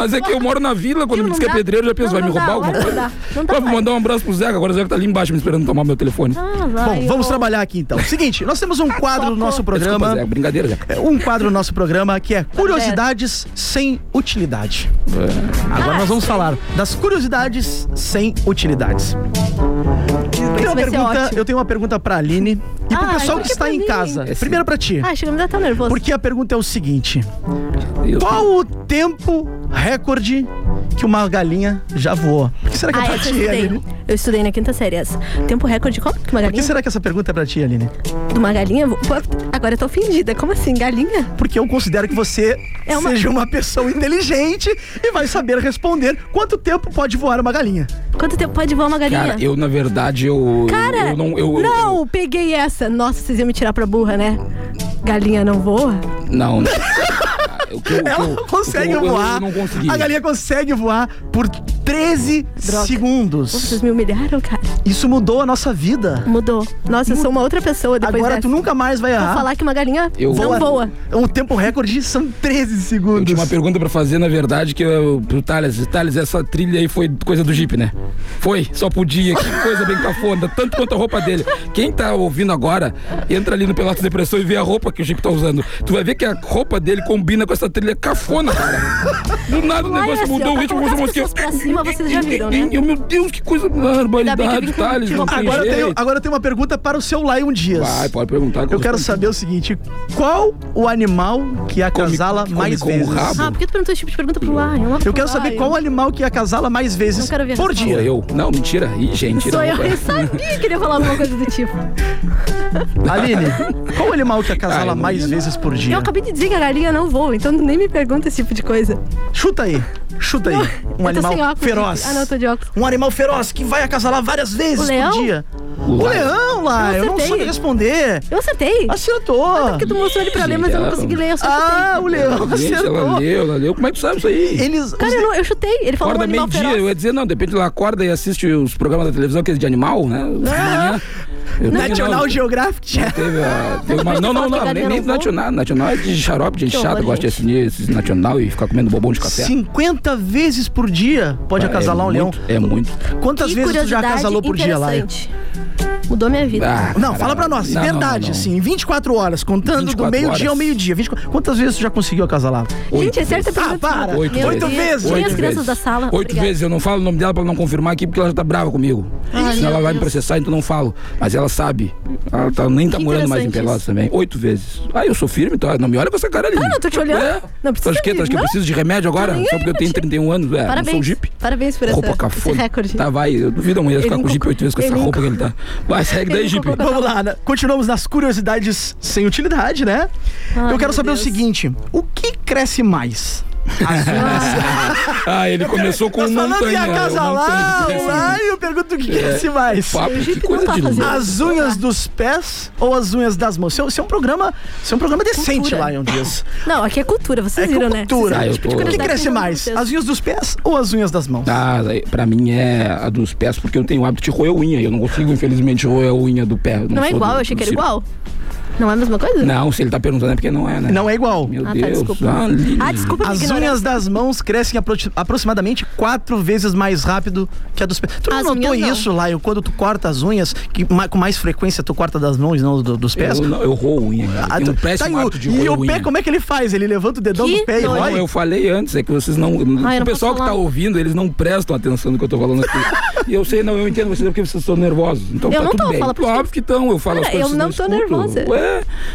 F: Mas é que eu moro na vila, quando
D: Não,
F: me diz que é
D: não dá.
F: pedreiro, eu já penso,
D: Não,
F: vai
D: não
F: me
D: dá,
F: roubar alguma
D: olha,
F: coisa?
D: Não dá, não dá
F: Vai,
D: mais.
F: vou mandar um abraço pro Zeca, agora o Zeca tá ali embaixo me esperando tomar meu telefone.
D: Ah, vai,
E: Bom, vamos
D: ô.
E: trabalhar aqui então. Seguinte, nós temos um quadro no nosso
F: Desculpa,
E: programa.
F: Zeca, brincadeira, Zeca.
E: é, Um quadro no nosso programa que é Curiosidades sem Utilidade.
F: É.
E: Agora nós vamos falar das curiosidades sem utilidades. Eu tenho, uma
D: vai ser
E: pergunta,
D: ótimo. Ah,
E: eu tenho uma pergunta pra Aline e E pro
D: Ai,
E: pessoal
D: por
E: que
D: que
E: está
D: pra
E: em
D: mim?
E: casa. Primeiro pra ti.
D: Ah, chega a me dar tão nervoso.
E: Porque a pergunta é o seguinte: Qual o tempo recorde que uma galinha já voou? Por que será que é
D: Ah,
E: pra
D: essa eu
E: ti,
D: estudei.
E: Aline?
D: Eu estudei na quinta série essa. Tempo recorde como que uma galinha?
E: Por que será que essa pergunta é pra ti, Aline?
D: De uma galinha? Pô, Agora eu tô ofendida. Como assim, galinha?
E: Porque eu considero que você
D: É uma-
E: seja uma pessoa inteligente e vai saber responder quanto tempo pode voar uma galinha.
D: Quanto tempo pode voar uma galinha?
F: Cara, eu, na verdade, eu.
D: Cara,
F: eu não. Eu, eu-
D: não, peguei essa. Nossa, vocês iam me tirar pra burra, né? Galinha não voa? <laughs>
F: não. não. O que eu- o que eu-
E: Ela consegue
F: eu- eu- eu
E: voar.
F: não consegui.
E: A galinha consegue voar por 13 segundos.
D: Vocês me humilharam, cara.
E: Isso mudou a nossa vida.
D: Mudou. Nossa, eu sou uma outra pessoa depois
E: Agora tu
D: dessa.
E: nunca mais vai
D: Vou
E: errar.
D: falar que uma galinha não voa.
E: O Um tempo recorde são 13 segundos.
F: Eu tinha uma pergunta pra fazer, na verdade, que eu, pro Thales. Thales, essa trilha aí foi coisa do Jeep, né? Foi, só podia. Que coisa bem cafona, tanto quanto a roupa dele. Quem tá ouvindo agora, entra ali no Pelotas Depressão e vê a roupa que o Jeep tá usando. Tu vai ver que a roupa dele combina com essa trilha cafona, cara. Do nada o
D: Olha,
F: negócio
D: assim, ó,
F: mudou, o
D: pra
F: ritmo
D: colocar
F: mudou,
D: as
F: música.
D: pessoas pra cima, vocês já viram, né?
F: E, meu Deus, que coisa
D: Ainda bem
F: barbaridade,
D: que eu vim
F: Thales.
D: com
F: Não
D: mentira.
F: tem
E: Agora eu, tenho,
F: jeito.
E: agora eu tenho uma pergunta para o seu Lion Dias.
F: Vai, pode perguntar.
E: Eu quero saber o seguinte: qual o animal que acasala
F: come
E: mais
F: com o
E: vezes?
F: rabo?
D: Ah, por que tu perguntou esse tipo de pergunta pro Lion? não pro
E: Eu quero saber
D: Lion.
E: qual animal que acasala mais vezes
D: Não quero ver a
E: por
D: resposta.
E: dia.
F: Sou eu. Não, mentira. Ih, gente.
D: Sou
F: não,
D: eu,
F: vai.
D: eu sabia que ele ia falar alguma coisa
E: <laughs>
D: do tipo.
E: Aline, qual o animal que acasala mais vezes por dia?
D: Eu acabei de dizer que a galinha não voa, então nem me pergunta esse tipo de coisa.
E: Chuta aí. Chuta aí. Um
D: eu tô
E: animal
D: sem óculos,
E: feroz.
D: gente. Ah, não, eu tô de óculos.
E: Um animal feroz que vai acasalar várias vezes
D: O leão?
E: por dia.
F: O
E: O
F: Lion.
E: leão, lá, eu,
D: Eu
E: não soube
D: acertei.
E: responder.
D: Eu acertei.
E: Acertou.
D: Ah, porque tu mostrou ele pra ler, mas eu não
F: Gente,
D: consegui ler. Eu só
E: Ah,
D: chutei.
E: o leão
F: Gente,
E: acertou.
F: ela leu, ela leu. Como é que tu sabe isso aí?
E: Eles.
D: Cara, eu, não- eu chutei. Ele falou um
F: Acorda
D: animal
F: meio-dia,
D: feroz.
F: eu ia dizer, não, depende, ela acorda e assiste os programas da televisão, aqueles de animal, né? De manhã. Eu não vi,
E: é National
F: não.
E: Geographic. é,
F: Teve a- teve uma-
D: Depois
F: não,
D: tu fala que
F: não, não, nem,
D: galinha
F: nem
D: não voa.
F: nacional. Nacional é de xarope, gente
D: Que
F: chata,
D: horror,
F: gosta de assistir esses nacional e ficar comendo bobão de café.
E: 50 vezes por dia pode
F: É
E: acasalar um leão.
F: muito, É muito.
E: Quantas
D: Que
E: vezes tu já
D: curiosidade
E: acasalou por dia, lá?
D: interessante. Mudou minha vida.
F: Ah,
E: Não, fala pra nós,
F: Não, não,
E: verdade,
F: não.
E: assim, 24 horas, contando
F: 24
E: do meio-dia
F: horas.
E: ao meio-dia. 24... Quantas vezes tu já conseguiu acasalar?
D: Gente, é certa
E: vezes.
D: pergunta.
E: Ah, para.
F: Oito
D: Meu
F: vezes.
E: Oito
D: Deus.
E: vezes.
D: Tirem
F: Oito
D: as crianças
F: vezes.
D: da sala.
F: Oito
D: Obrigada.
F: vezes, eu não falo o nome dela pra ela não confirmar aqui, porque ela já tá brava comigo.
D: Ai,
F: Senão ela
D: meu
F: vai me
D: Deus.
F: processar, então não falo. Mas ela sabe. Ela tá- nem tá
D: Que
F: morando mais em
D: interessante
F: Pelotas
D: isso.
F: também. Oito vezes. Ah, eu sou firme, tá? Não me olha com essa cara ali.
D: Ah, não, tô te olhando.
F: É.
D: Não precisa
F: Acho que,
D: me-
F: acho que eu
D: não.
F: preciso de remédio agora,
D: Tô nem
F: só porque eu
D: olhando,
F: tenho 31 anos. É, não sou
D: Parabéns.
F: Jeep.
D: Parabéns por essa,
F: Roupa
D: esse
F: cafona.
D: recorde.
F: Tá, vai. Eu duvido amanhã ficar com o
D: Ele
F: Jeep oito vezes com essa
D: enco-
F: roupa que ele tá.
D: <laughs>
F: Vai, segue daí,
D: Ele
F: Jeep.
D: enco-
E: Vamos lá, né? continuamos nas curiosidades sem utilidade, né?
D: Ai,
E: Eu quero
D: meu
E: saber o
D: Deus.
E: seguinte: o que cresce mais?
F: Ah, ele começou com
D: tá
E: Nós falando em
F: montanha. eu não
E: acasalar,
F: tenho-
E: lá, e eu pergunto o que
F: É,
E: cresce mais.
F: Papo, que
D: Jeep não
F: coisa
D: tá
F: de louco.
D: fazendo.
E: As unhas dos pés ou as unhas das mãos? Isso é- Isso é um programa, isso é um programa decente,
D: Cultura.
E: Lion Dias.
D: Não, aqui é cultura, <laughs> vocês
E: É
D: viram, né?
E: cultura.
F: Ah, eu tô-
E: O que
D: curiosidade
E: cresce
D: tem
E: mais?
D: vocês.
E: As unhas dos pés ou as unhas das mãos?
F: Ah, pra mim é a dos pés, porque eu tenho o hábito de roer unha. Eu não consigo, infelizmente, roer a unha do pé. Eu
D: Não é
F: sou
D: igual,
F: do-
D: eu achei que era
F: do-
D: igual. Não é a mesma coisa?
F: Não, se ele tá perguntando é porque não é, né?
E: Não é igual.
F: Meu
D: Ah, tá,
F: Deus.
D: desculpa.
F: Ali.
D: Ah, desculpa, minha
E: As
D: ignorância.
E: unhas das mãos crescem apro- aproximadamente quatro vezes mais rápido que a dos pés. Tu não
D: As
E: notou
D: minhas não.
E: isso, Lion? Quando tu corta as unhas, que ma- com mais frequência tu corta das mãos e não do- dos pés?
F: Eu, não, eu roo unha. cara. Eu
E: Ah,
F: tenho um
E: tu-
F: péssimo
E: tá, e o-
F: hábito de
E: E
F: roer
E: o
F: unha.
E: pé, como é que ele faz? Ele levanta o dedão
D: Que
E: do pé e
D: doido.
E: rói?
F: Não, eu falei antes, é que vocês não.
D: eu
F: o
D: não
F: pessoal
D: posso
F: que tá
D: falar.
F: ouvindo, eles não prestam atenção no que eu tô
D: <laughs>
F: falando aqui. e eu sei, não, eu entendo vocês é porque vocês estão nervosos. Então
D: Eu
F: tá
D: não
F: tudo
D: tô,
F: bem.
D: fala pra
F: Óbvrio que estão, eu falo as
D: Cara,
F: coisas.
D: eu
F: que
D: não
F: vocês
D: tô nervosa.
F: Ué,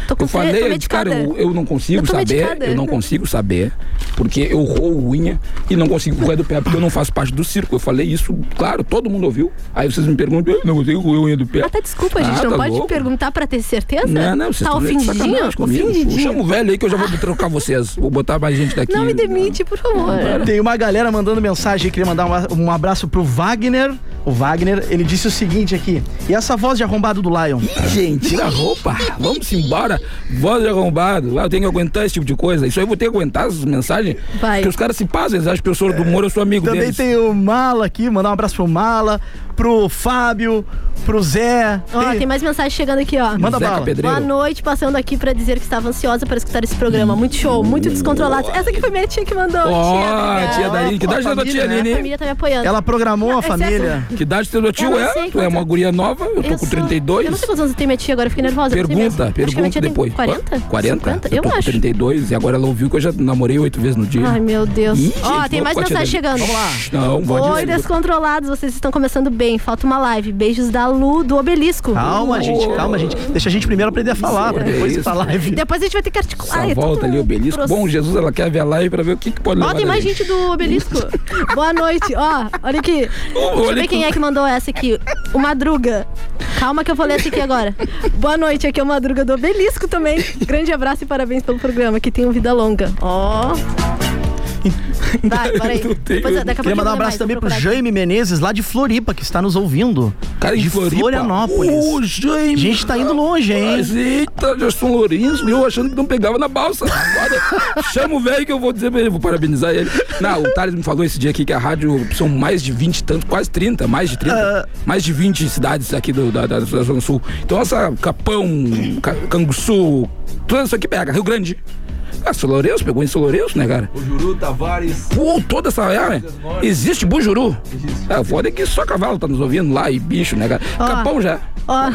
D: Tô com
F: eu
D: fre- tô
F: falei, eu disse,
D: medicada.
F: cara, eu, eu não consigo
D: Eu tô
F: saber,
D: medicada.
F: eu não consigo saber, porque eu roo unha e não consigo correr do pé, porque eu não faço parte do circo. Eu falei isso, claro, todo mundo ouviu. Aí vocês me perguntam, eu não consigo roer unha do pé.
D: Até desculpa, gente,
F: Ah,
D: não
F: tá
D: pode
F: louco.
D: perguntar pra ter certeza?
F: Não, não, vocês
D: tá
F: estão de
D: ofendidinho?
F: sacanagem comigo. Chama
D: Ofendidinho.
F: o velho aí que eu já vou trocar vocês. Vou botar mais gente daqui.
D: Não me demite, por favor.
E: Tem uma galera mandando mensagem, queria mandar um, um abraço pro Wagner. O Wagner, ele disse o seguinte aqui. E essa voz de arrombado do Lion?
F: Um Gente, tira a roupa. Vamos embora. Voz de arrombado. Ah, Eu tenho que aguentar esse tipo de coisa. Isso aí eu vou ter que aguentar essas mensagens.
D: Vai.
F: Porque os caras se passam, eles acham que eu sou do humor, eu sou amigo
E: Também
F: deles.
E: tem o Mala aqui, mandar um abraço pro Mala, pro Fábio, pro Zé.
D: Ó, tem...
E: Tem-
D: mais mensagem chegando aqui, ó.
E: Manda
F: Zeca
E: bala.
F: um Pedreiro.
D: Boa noite, passando aqui pra dizer que estava ansiosa para escutar esse programa. Muito show, muito descontrolado. Essa aqui foi minha tia que mandou.
F: Ó,
D: tia,
F: a tia
D: obrigada.
F: Daline. Que
E: Ó,
F: idade da tua
E: família,
F: tia
E: né?
D: A
F: Aline?
D: família tá me apoiando.
E: Ela programou
D: Não,
E: a
D: excesso-
E: família.
F: Que idade teu tio
D: Eu não
F: é?
D: sei
F: Tu é uma
D: quanto-
F: guria nova, eu tô
D: Eu
F: com
D: sou-
F: 32.
D: Eu não sei quantos anos tem minha tia, agora eu fiquei nervosa. eu não sei mesmo.
F: Pergunta,
D: Acho que a minha
F: pergunta
D: tia tem
F: depois.
D: 40?
F: 40?
D: 50?
F: Eu
D: Eu
F: tô com
D: acho.
F: 32 e agora ela ouviu que eu já namorei oito vezes no dia.
D: Ai, meu Deus.
F: Ih,
D: Ó,
F: gente,
D: tem
F: vou-
D: mais
F: vou
D: mensagem
F: tirar-
D: chegando.
F: Não, pode
D: Oi, descontrolados, vocês estão começando bem. Falta uma live. Beijos da Lu, do Obelisco.
E: Calma, gente, calma, gente. Deixa a gente primeiro aprender a falar,
F: é
E: pra depois ir pra live.
D: Depois a gente vai ter que articular.
F: Essa
D: é tudo
F: volta ali, o Belisco.
D: grosso.
F: Bom, Jesus, ela quer ver a live pra ver o que, que pode
D: Ó,
F: levar.
D: tem
F: da
D: mais gente do Obelisco. Boa noite. Ó, olha aqui. Deixa eu
F: olha
D: ver quem
F: que-
D: é que mandou essa aqui. O Madruga. Calma que eu vou ler essa aqui agora. Boa noite, aqui é o Madruga do Obelisco também. Grande abraço e parabéns pelo programa, que tem um vida longa. Ó. Vai, bora aí.
E: Eu tenho-
D: Depois, daqui a pouco
E: Queria
D: eu
E: mandar um
D: mando mais,
E: abraço também
D: vou
E: pro
D: procurar aqui.
E: Jaime Menezes, lá de Floripa, que está nos ouvindo.
F: Cara,
E: de
F: Floripa.
E: Florianópolis.
F: Ô, Jaime.
E: A gente tá indo longe, hein?
F: Mas eita, já São Lourenço, eu achando que não pegava na balsa. Olha, chama o velho que eu vou dizer pra ele, vou parabenizar ele. Não, o Thales me falou esse dia aqui que a rádio são mais de 20 e tanto, quase 30, mais de 30, mais de 20 cidades aqui do, da, da, da Zona Sul. Então, essa Capão, Ca- Canguçu, tudo isso aqui pega, Rio Grande. Ah, São Lourenço, pegou em São Lourenço, né, cara?
I: Juru Tavares.
F: Pô, toda essa área. né? Existe Bujuru. É, foda é que só cavalo tá nos ouvindo lá e bicho, né, cara?
D: Ó.
F: Capão já.
D: Ó.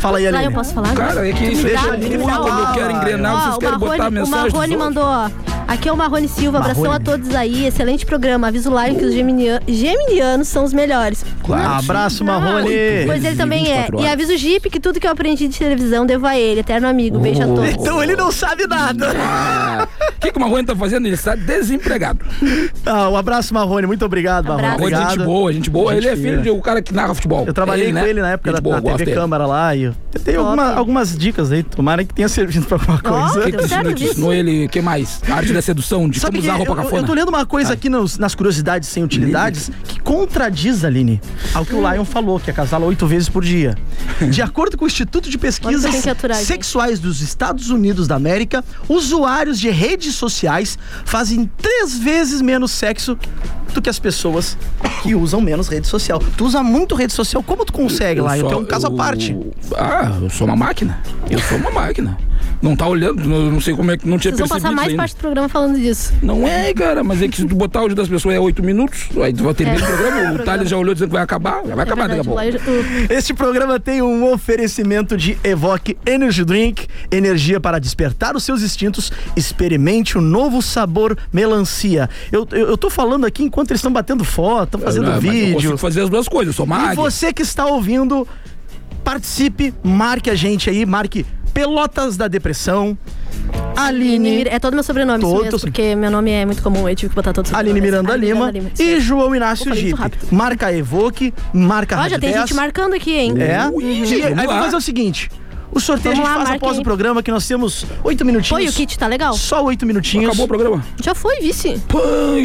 E: Fala aí,
D: Lá
E: Aline.
D: eu posso falar?
F: Cara, é que isso
D: Deixa
F: deixa
D: ali
F: ali
D: que
F: muito,
D: fala.
F: eu quero engrenar, vocês
D: um Ó, o
F: querem botar a
D: Marrone, o
F: mensagem dos
D: Marrone
F: outros.
D: mandou, ó. Aqui é o Marrone Silva, abração
F: Marrone.
D: a todos aí. Excelente programa. Aviso live que os geminian- geminianos são os melhores.
E: Claro. Abraço, Marrone.
D: Pois ele também é.
E: 24
D: E
E: horas.
D: aviso o Jeep que tudo que eu aprendi de televisão devo a ele. Eterno amigo. Beijo a todos.
E: Então ele não sabe nada.
F: Ah, O que, que o Marrone tá fazendo? Ele está desempregado.
E: Tá, um abraço, Marrone. Muito obrigado, Marrone.
F: Marrone, é
E: Obrigado.
F: gente boa, gente boa. ele é filho de um cara que narra futebol.
E: Eu trabalhei
F: Ele,
E: com
F: né?
E: ele na época
F: Gente
E: da,
F: boa,
E: da
F: gosto
E: TV
F: dele.
E: Câmara lá. E eu tenho
F: Top.
E: alguma- algumas dicas aí. Tomara que
F: <laughs>
E: tenha servido pra alguma coisa.
F: O que, que tu ensinou? Tu ensinou é ele? O que mais? A arte da sedução, de
E: Sabe
F: como
E: que
F: usar
E: eu,
F: roupa
E: eu
F: cafona.
E: tô lendo uma coisa aqui nos- nas curiosidades sem utilidades que contradiz, Aline, ao
D: Hum.
E: que o Lion falou, que acasala oito vezes por dia.
F: <laughs>
E: De acordo com o Instituto de
D: Mas eu tenho
E: Pesquisas
D: que aturar, gente.
E: Sexuais dos Estados Unidos da América, usuários de redes sociais fazem três vezes menos sexo do que as pessoas que usam menos rede social. Tu usa muito rede social, como tu consegue,
F: Eu
E: Lion?
F: só-
E: Tu é um caso à
F: eu-
E: parte.
F: Ah, eu sou uma máquina. Eu sou uma máquina. Não tá olhando, eu não sei como é que não tinha
D: Vocês vão
F: percebido
D: passar
F: isso
D: mais
F: ainda.
D: parte do programa falando disso.
F: Não é, cara, mas é que se tu botar o dia das pessoas é oito minutos, aí tu vai terminar
D: É.
F: o programa, o Thales já olhou dizendo que vai acabar, já vai
D: É
F: acabar
D: verdade,
F: daqui a pouco.
E: Este programa tem um oferecimento de Evoque Energy Drink, energia para despertar os seus instintos. Experimente o novo sabor melancia. Eu, eu, eu tô falando aqui enquanto eles estão batendo foto, estão fazendo
F: Ah, mas Eu
E: vídeo.
F: consigo fazer as duas coisas, eu sou uma
E: E
F: águia.
E: você que está ouvindo, participe, marque a gente aí, marque Pelotas da Depressão. Aline.
D: É todo meu sobrenome, isso
E: Todo
D: mesmo,
E: seu-
D: porque meu nome é muito comum, eu tive que botar todos os
E: Aline Miranda Lima e João Inácio
D: Eu falei
E: Gipe.
D: muito
E: Marca Evoque, marca
D: Ó, já
E: Rádio
D: tem
E: 10.
D: gente marcando aqui, hein?
E: É?
D: Ui,
E: E aí
D: vamos
E: vamos
D: lá.
E: fazer o seguinte. O sorteio
D: Vamos
E: a gente
D: lá,
E: faz
D: marca
E: após
D: aí.
E: o programa, que nós temos oito minutinhos.
D: Foi, o kit tá legal?
E: Só oito minutinhos.
F: Acabou o programa?
D: Já foi, vice.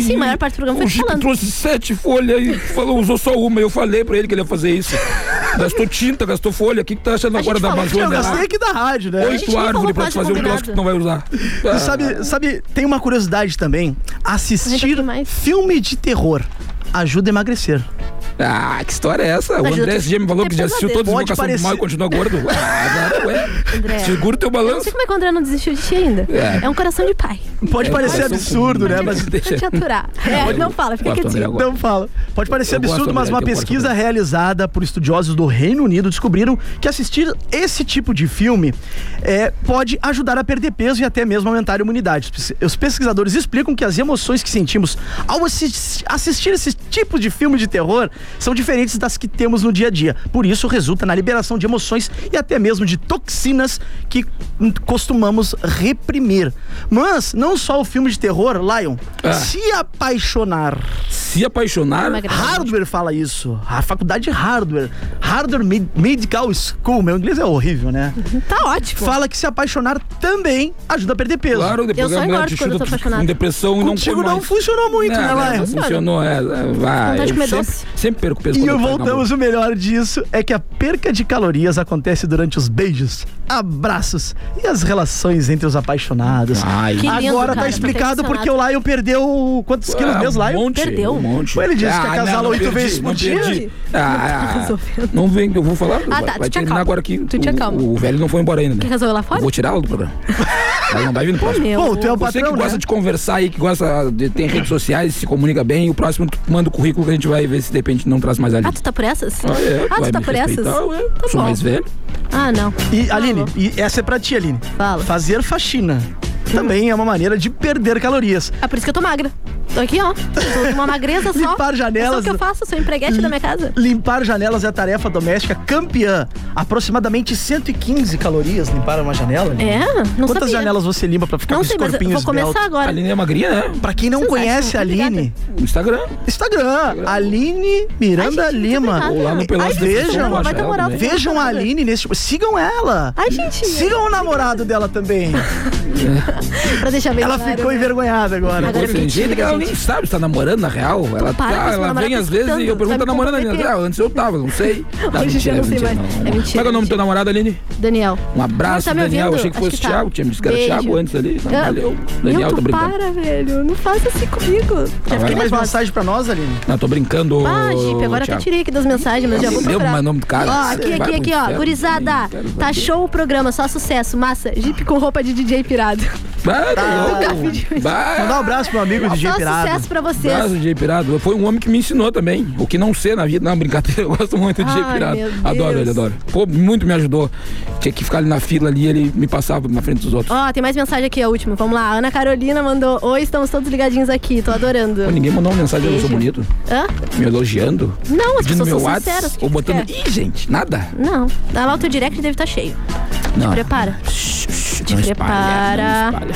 D: Sim, a maior parte do programa
F: O
D: foi
F: Gipe
D: falando.
F: trouxe sete folhas e falou, usou só uma. Eu falei pra ele que ele ia fazer isso. gastou tinta, gastou folha. O que, que tá achando
E: A
F: agora
E: gente
F: da
E: falou que
F: Amazônia?
E: eu
F: lá?
E: gastei aqui da rádio, né? A gente
F: Oito
E: nem falou
F: árvores pra
E: quase
F: tu fazer um
E: combinado.
F: troço que tu não vai usar.
E: Tu sabe, sabe, tem uma curiosidade também. Assistir filme de terror ajuda a emagrecer.
F: Ah, que história é essa? O
E: Ajuda
F: André
E: tu-
F: esse dia me falou que já assistiu todas as
E: Pode
F: invocações do mal e
E: parecer- É.
F: continua gordo. Ah,
E: <laughs>
F: agora, ué.
D: André.
F: Segura o teu
D: Eu não
F: balanço.
D: sei como é que o André não desistiu de ti ainda.
F: É.
D: É, um coração de pai.
E: Pode
F: É,
E: parecer
F: eu sou
E: absurdo,
F: com-
E: né? Mas
F: Deixa-
D: Pra
F: <laughs>
D: te aturar. É, não fala, fica
E: Gosto, André,
D: quietinho.
E: eu gosto. Não Então fala. Pode parecer
F: Eu gosto,
E: absurdo, mas
F: André,
E: uma
F: que eu gosto
E: pesquisa
F: também.
E: realizada por estudiosos do Reino Unido descobriram que assistir esse tipo de filme é, pode ajudar a perder peso e até mesmo aumentar a imunidade. Os pes- Os pesquisadores explicam que as emoções que sentimos ao assis- assistir esse tipo de filme de terror são diferentes das que temos no dia a dia. Por isso, resulta na liberação de emoções e até mesmo de toxinas que hum, costumamos reprimir. Mas não só o filme de terror, Lion,
F: Ah.
E: se apaixonar.
F: Se apaixonar.
E: Hardware fala isso. A faculdade de hardware. Hardware Med- Medical School. Meu inglês é horrível,
F: <laughs>
E: né?
D: Tá ótimo.
E: Fala que se apaixonar também ajuda a perder peso.
F: Claro, depois a mulher te chuta tu fica com depressão e não
E: Contigo
F: come
E: não
F: mais.
E: funcionou muito,
F: Não,
E: né,
F: não,
E: Laia?
F: não funcionou, é. Vai.
E: Vontade de
F: eu
E: comer doce.
F: sempre, sempre perco peso.
E: E
F: quando eu pego na
E: voltamos,
F: boca.
E: o melhor disso é que a perca de calorias acontece durante os beijos, abraços e as relações entre os apaixonados.
F: Ai. Que lindo,
E: Agora
F: cara,
E: tá explicado
F: apaixonado.
E: porque o Lion perdeu quantos quilos
F: Ah,
E: mesmo,
F: um
E: Lion?
F: monte, Um monte.
E: Ué, Ele disse que
F: Ah,
E: ia casar
F: não,
E: oito
F: perdi,
E: vezes por
F: não
E: dia.
F: perdi.
D: <laughs>
F: Ah,
D: Não
F: não vem, eu vou falar.
D: Ah, tá,
F: vai
D: tu te
F: terminar
D: acalma.
F: agora aqui.
D: Tu te
F: o,
D: acalma.
F: o velho não foi embora ainda,
D: Quer
F: né?
D: resolver lá
F: Eu
D: fora?
F: <laughs> vou tirá-lo do programa. Ela não vai vir no próximo.
D: Meu Pô, tu é o
F: um Você
D: patrão,
F: que
D: né?
F: gosta de conversar aí, que gosta de tem redes sociais, se comunica bem, o próximo tu manda o currículo que a gente vai ver se de repente não traz mais ali.
D: Ah, tu tá por essas?
F: Ah, é,
D: Ah,
F: vai
D: tu tá
F: me
D: por essas?
F: respeitar, ué.
D: Tá
F: Sou
D: bom.
F: mais velho.
D: Ah, não.
E: E, Aline, e essa é pra ti, Aline.
D: Fala.
E: Fazer faxina
F: Hum.
E: também é uma maneira de perder calorias.
D: Ah, por isso que eu tô magra. Tô aqui, ó. Tô de uma magreza só.
E: Limpar janelas.
D: É só o que eu faço, sou empreguete da minha casa.
E: Limpar janelas é a tarefa doméstica campeã. Aproximadamente 115 calorias limpar uma janela. Aline.
D: É? Não
E: Quantas
D: sabia.
E: janelas você limpa pra ficar
D: Não
E: com
D: sei,
E: esse
D: mas eu
E: corpinho
D: vou começar
E: esbelto?
D: agora. A Aline
F: é magrinha, né?
E: Pra quem não
D: Vocês
E: conhece a
D: acham?
E: Aline...
F: Instagram.
E: Instagram, Aline Miranda Lima.
F: Ou lá no Pelotas
E: Ai,
F: da Pessoa,
E: vejam,
F: eu acho, Vai dar
D: um
F: moral também. pro
E: vejam a Aline nesse tipo. Sigam ela.
D: Ai, gente.
E: Sigam o namorado dela também.
D: pra deixar bem
E: Ela
D: claro,
E: ficou
D: né?
E: envergonhada agora.
F: Agora
D: eu fiquei tímida,
F: que ela nem
D: gente.
F: sabe se tá namorando, na real.
D: para,
F: Ela, tá,
D: mas meu
F: ela
D: namorado
F: vem
D: tá
F: às vezes e eu
D: escutando, vai
F: pergunto,
D: me
F: tá namorando?
D: comprometer.
F: Ah, antes eu tava, não sei.
D: <laughs>
F: Não,
D: Hoje em dia
F: mentira,
D: eu não sei
F: mentira,
D: mais. É mentira,
F: Qual é o nome do teu namorado, Aline?
D: Daniel.
F: Um abraço,
D: Ah, tá me
F: Daniel.
D: ouvindo?
F: Achei que
D: Acho
F: fosse
D: que tá.
F: Thiago. Tinha me disse que era
D: Beijo.
F: Thiago antes ali. Não,
D: Ah,
F: valeu.
D: meu,
F: Daniel,
D: tu
F: tá brincando. Ah,
D: Para, velho. Não faça assim comigo. Já
F: vai.
D: fiquei
F: Tem
E: Mais
D: nervosa.
E: mensagem pra nós, Aline?
F: Não, tô brincando.
D: Ah, Gipe, agora até
F: Thiago.
D: tirei aqui das mensagens, mas já vou
F: Meu,
D: procurar.
F: mas nome do cara.
D: Ó, aqui,
F: Vai
D: aqui,
F: pro
D: aqui, ó.
F: inferno,
D: Gurizada, tá show o programa, só sucesso. Massa, Jeep com roupa de DJ pirado.
F: Vai, tá
D: <laughs> Nunca
F: louco.
D: vi de-
F: Vai.
E: Mandar um abraço pro meu amigo DJ
D: só
E: Pirado.
D: sucesso pra vocês.
F: Abraço, DJ Pirado. Foi um homem que me ensinou também. O que não ser na vida. Não, brincadeira. <laughs> Eu gosto muito do DJ
D: Ai,
F: Pirado.
D: meu Deus.
F: Adoro ele, adoro. Pô, muito me ajudou. Tinha que ficar ali na fila ali, ele me passava na frente dos outros.
D: Ó, tem mais mensagem aqui, a última. Vamos lá. Ana Carolina mandou: Oi, estamos todos ligadinhos aqui, tô adorando.
F: Pô, ninguém mandou uma mensagem, eu sou
D: Beijo.
F: bonito.
D: Hã?
F: Me elogiando.
D: Não, as
F: Pedindo
D: pessoas
F: meu
D: são
F: Whats,
D: sinceras.
F: Ou botando.
D: Quer?
F: Ih, gente, nada.
D: Não. Ah, lá o teu direct deve estar cheio.
F: Não.
D: Te prepara. Te
F: não espalha,
D: prepara.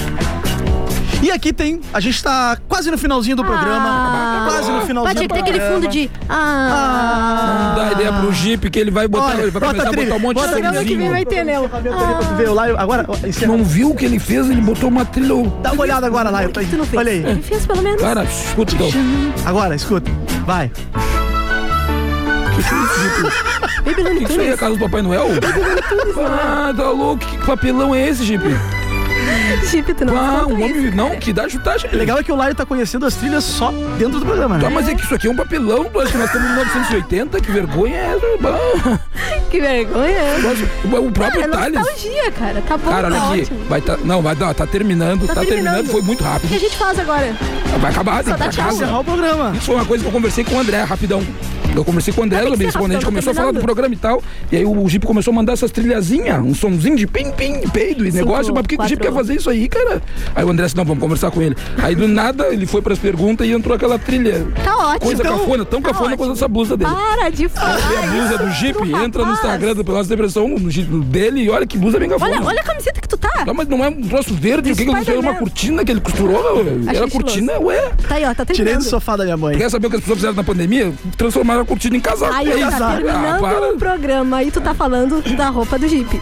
E: E aqui tem. A gente tá quase no finalzinho do programa. quase no finalzinho
D: Ah. Mas tinha que
E: do
D: ter aquele
E: programa.
D: fundo de. Ah.
F: Não dá ideia pro Jeep que ele vai botar.
E: Olha,
F: ele vai
E: bota
F: começar
E: a
F: a
E: trilha,
F: botar um monte
E: bota a
F: de
E: trilha.
D: Programa que vem
F: sonzinho.
D: vai ter, né?
E: Tu vê o Laio agora. ó, isso é-
F: Não viu o que ele fez? Ele botou uma trilha.
E: Dá uma olhada agora, Laio.
D: que tu não fez?
E: Olha aí.
D: Ele Ah, fez pelo menos.
F: Cara, escuta então.
E: Agora, escuta. Vai.
D: Baby Looney
F: Isso aí é a
D: Tunes.
F: casa do
D: <laughs>
F: Papai Noel? Ah, tá louco. Que papelão é esse, Jeep?
D: Chip, tu não
F: Ah,
D: conta
F: um
D: isso.
F: homem. Não, que dá chutagem.
E: O legal é que o Laio tá conhecendo as trilhas só dentro do programa,
F: Tá,
E: né?
F: mas é que isso aqui é um papelão, tu acha que nós estamos em 1980, que vergonha é essa? Bah,
D: Que vergonha.
F: nós- <laughs> O próprio
D: Cara, é
F: Thales.
D: nostalgia, cara. Tá bom,
F: Cara,
D: tá
F: olha aqui.
D: ótimo.
F: Vai tá, não, vai dar, tá terminando,
D: Tá
F: tá, terminando.
D: terminando.
F: foi muito
D: O que
F: rápido.
D: a gente faz agora?
F: Vai acabar,
D: Só
F: tem que
D: dá tchau.
F: acabar.
E: Encerrar o programa.
F: Isso foi uma coisa que eu conversei com o André, rapidão. Eu conversei com o André
D: Mas tem que
F: sobre
D: ser
F: isso, quando a gente
D: rapidão, tá
F: começou a falar do
D: terminando.
F: programa e tal. E aí o Jeep começou a mandar essas trilhazinhas, um somzinho de pim, pim, peido e negócio. Mas por que que o Jeep
D: quatro.
F: quer fazer isso aí, cara? Aí o André disse, não, vamos conversar com ele. Aí do nada ele foi pras perguntas e entrou aquela trilha.
D: Tá ótimo.
F: Coisa
D: Então,
F: cafona, tão
D: tá
F: cafona quanto
D: ótimo.
F: essa blusa dele.
D: Para de
F: Vê a
D: falar.
F: blusa do Jeep,
D: do
F: entra no
D: rapaz.
F: Instagram do Pelotas Depressão, no Jeep dele, e olha que blusa bem cafona.
D: Olha, olha a camiseta que tu tá.
F: Não, mas não é um troço verde, o que que eu não sei? É uma
D: Spider-Man.
F: cortina que ele costurou, velho.
D: Achei
F: Era
D: estiloso.
F: cortina, ué.
D: Tá aí, ó,
E: Tirei do
D: tá terminando.
E: sofá da minha mãe.
F: Quer saber o que as pessoas fizeram na pandemia? Transformaram a cortina em casaco.
D: Aí,
F: É
D: ó,
F: isso.
D: tá
F: Ah,
D: terminando
F: para.
D: o programa e tu tá falando da roupa do Jeep.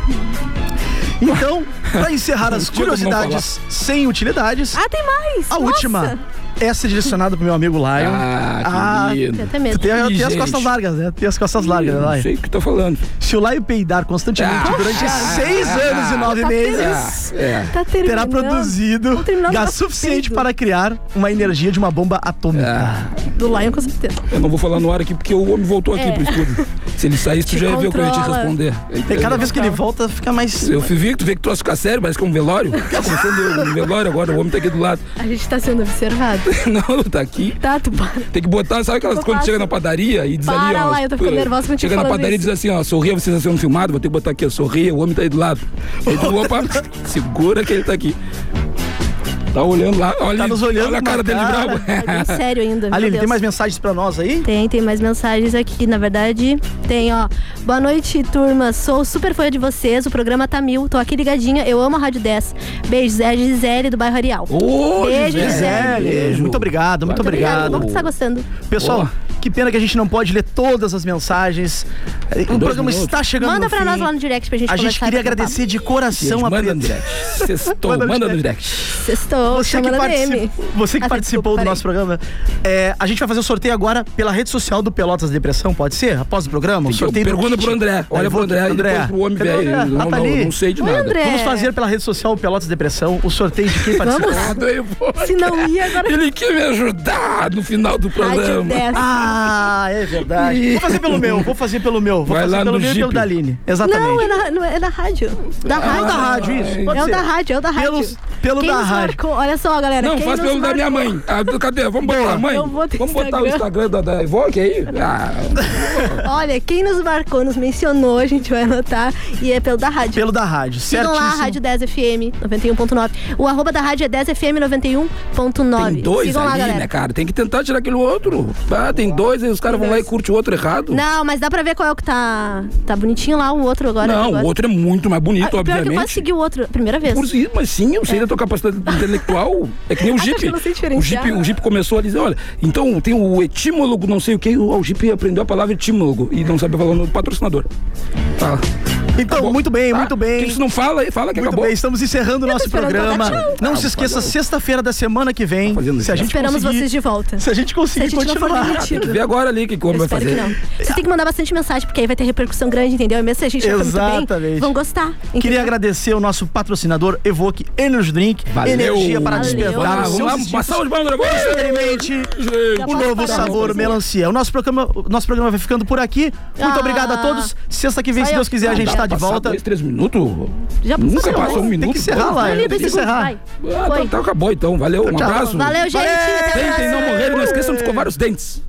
E: Então,
F: <laughs>
E: pra encerrar as
F: Tinha como não
E: curiosidades sem utilidades,
D: Ah, tem mais!
E: a
D: Nossa.
E: última. Essa é direcionada pro meu amigo Lion.
F: Ah, que lindo.
D: É um- Tem até
E: Tu
D: medo.
E: tem, tem as
F: gente.
E: costas largas, né? Tem as costas largas,
F: Eu
E: né,
F: Não
E: Laio?
F: sei o que tá falando.
E: Se o Laio peidar constantemente
F: Ah.
E: durante seis anos e nove
D: Tá
E: meses,
F: É.
D: Tá
E: Ah, terá
D: terminando.
E: produzido
D: Tá terminando
E: gás
D: nosso
E: suficiente
D: peido.
E: para criar uma energia de uma bomba atômica.
D: Do Lion, com certeza.
F: Eu não vou falar no ar aqui porque o homem voltou aqui
D: É.
F: pro estúdio. Se ele saísse, tu
D: Te
F: já ia ver o que eu ia te
D: controla.
F: responder.
E: E cada vez que ele volta, fica mais.
F: Eu vi que tu vê que tu ficar sério, parece que é
D: <laughs>
F: um velório. Tá começando um velório agora, o homem tá aqui do lado. <laughs>
D: A gente tá sendo observado.
F: Não, tá aqui.
D: Tá, tu
E: <laughs>
D: para.
F: Tem que botar, sabe aquelas
D: Eu
F: quando
D: faço.
F: chega na padaria e diz
D: Para
F: ali, ó.
D: lá, eu tô ficando
F: eh,
D: nervosa contigo
F: Chega na
D: falando
F: padaria e
D: isso.
F: diz assim, ó, sorria, vocês estão sendo filmados, vou ter que botar aqui, ó, sorria, o homem tá aí do lado. Aí
D: <laughs>
F: tu, opa, segura que ele tá aqui. Tá olhando lá, olha,
E: Tá nos olhando
F: olha a
E: com uma
F: cara dele
E: cara.
F: bravo.
D: É
F: <laughs>
D: bem sério ainda. meu
E: Aline, tem
D: Deus.
E: mais mensagens pra nós aí?
D: Tem, tem mais mensagens aqui, na verdade. Tem, ó. Boa noite, turma. Sou super fã de vocês. O programa tá mil. Tô aqui ligadinha. Eu amo a Rádio 10. Beijos, é a Gisele do bairro Arial.
F: Ô,
D: Beijo,
E: Gisele,
F: Beijo.
E: muito obrigado, muito
D: Obrigada,
E: obrigado.
D: Bom que tu tá gostando.
E: Pessoal, que pena que a gente não pode ler todas as mensagens. O programa
F: minutos.
E: está chegando
D: Manda
E: no
D: pra
E: fim.
D: nós lá no direct pra gente
E: A gente
D: conversar e
E: queria
D: bater um papo.
E: agradecer de
F: Gente,
E: coração a
F: manda
E: Preta.
F: no direct. Sextou,
E: Manda no
F: manda no direct.
D: Sextou,
E: Você que,
D: chama na DM.
E: participa- você que
D: Ah,
E: participou
D: desculpa,
E: do nosso programa, é, a gente vai fazer o sorteio agora pela rede social do Pelotas Depressão, pode ser? Após o programa? O sorteio do
F: Pergunta
E: kit.
F: pro André.
E: Aí
F: Olha
E: eu vou-
F: pro André, e depois pro homem
E: Cadê o
F: velho.
E: André?
F: Não,
E: Ah,
F: não,
E: tá
F: não,
E: ali.
F: sei de
D: Oi,
F: nada.
D: André.
E: Vamos fazer pela rede social Pelotas Depressão o sorteio de quem participou.
D: <laughs> Vamos?
F: Ah, daí eu vou- <laughs>
D: Se não ia, agora
F: Ele quer me ajudar no final do
D: Rádio
F: programa.
D: 10.
E: Ah, Ah, é verdade. Vou fazer pelo meu, vou fazer pelo meu. Vou
F: Vai
E: fazer
F: lá
E: pelo
F: no
E: meu e pelo
F: Jeep.
E: da Aline. Exatamente.
D: Não, é da, não, é da rádio. Da
E: Ah,
D: rádio.
E: tá da rádio, isso. Pode
D: É o
E: ser.
D: da rádio, é o da rádio.
E: Pelos- pelo
D: Quem
E: da
D: nos
E: rádio.
D: marcou? Olha só, galera.
F: Não,
D: quem
F: faz
D: nos
F: pelo da minha
D: marcou?
F: mãe. Ah, do- cadê? Vamos botar a mãe?
D: Eu vou ter
F: Vamos botar o
D: Instagram.
F: Instagram da, da Evoque aí? Ah,
D: Olha, quem nos marcou, nos mencionou, a gente vai anotar. E é pelo da rádio.
E: Pelo da rádio,
D: Sigam lá,
E: certíssimo.
D: Rádio 10 FM 91.9. O arroba da rádio é 10 FM 91.9.
F: tem dois
D: Sigam lá,
F: ali,
D: galera.
F: né, cara? Tem que tentar tirar aquele outro. Ah, tem dois, aí os caras vão lá e curtem o outro errado.
D: Não, mas dá pra ver qual é o que tá. Tá bonitinho lá, o outro agora.
F: Não,
D: agora.
F: o outro é muito mais
D: Ah,
F: bonito,
D: o pior é que eu quase
F: obviamente.
D: segui o outro, a primeira vez.
F: Por si, mas sim, eu sei da tua capacidade intelectual. É que nem o
D: É. <laughs> Acho que
F: Jeep.
D: eu não sei
F: O
D: diferenciar.
F: Jeep, o Jeep começou a dizer, olha, então tem o etímologo, não sei o que, o, o Jeep aprendeu a palavra etímologo e não sabe falar o nome do patrocinador. Tá.
E: Então, muito bem, muito bem.
F: Ah, Que isso não fala, aí, fala que
E: Muito
F: acabou.
E: bem, estamos encerrando o nosso
D: esperando
E: programa.
D: dar tchau.
E: Não se esqueça, sexta-feira da semana que
F: Tá
E: vem, se a gente
D: Esperamos
E: conseguir-
D: vocês de volta.
E: Se a gente conseguir
D: Se a gente não for
E: continuar.
D: demitido.
F: Tem que ver agora ali que como
D: Eu
F: vai
D: espero
F: fazer.
D: que não. Vocês têm que mandar bastante mensagem, porque aí vai ter repercussão grande, entendeu? E mesmo se a gente não for muito bem,
E: Exatamente.
D: vão gostar. entendeu?
E: Queria agradecer o nosso patrocinador Evoque Energy Drink,
F: Valeu.
E: energia para
F: Valeu.
E: despertar
F: Vamos
E: os
F: lá,
E: seus
F: uma
E: instintos.
F: salva de palmas, Dragão.
E: Experimente
F: Gente.
E: o novo sabor melancia. O nosso programa, o nosso programa vai ficando por aqui. Muito
D: Ah.
E: obrigado a todos. Sexta que vem,
D: Só
E: se
D: eu.
E: Deus quiser, a gente
F: Dá
E: está
F: pra
E: tá de
F: passar
E: volta.
F: Dois, três minutos.
D: Já passou,
F: Nunca
D: né?
F: passou um
E: Tem
F: minuto.
E: que encerrar
F: pô.
E: lá,
D: Olha,
E: tem
D: dois
E: que
D: segundos,
E: encerrar.
D: vai.
F: Ah,
D: Foi.
F: então, então acabou então. Valeu, um
E: tchau.
F: abraço.
D: Valeu, gente. Até a
F: Tentem não
D: próxima.
F: morrer e não esqueçam de escovar os dentes.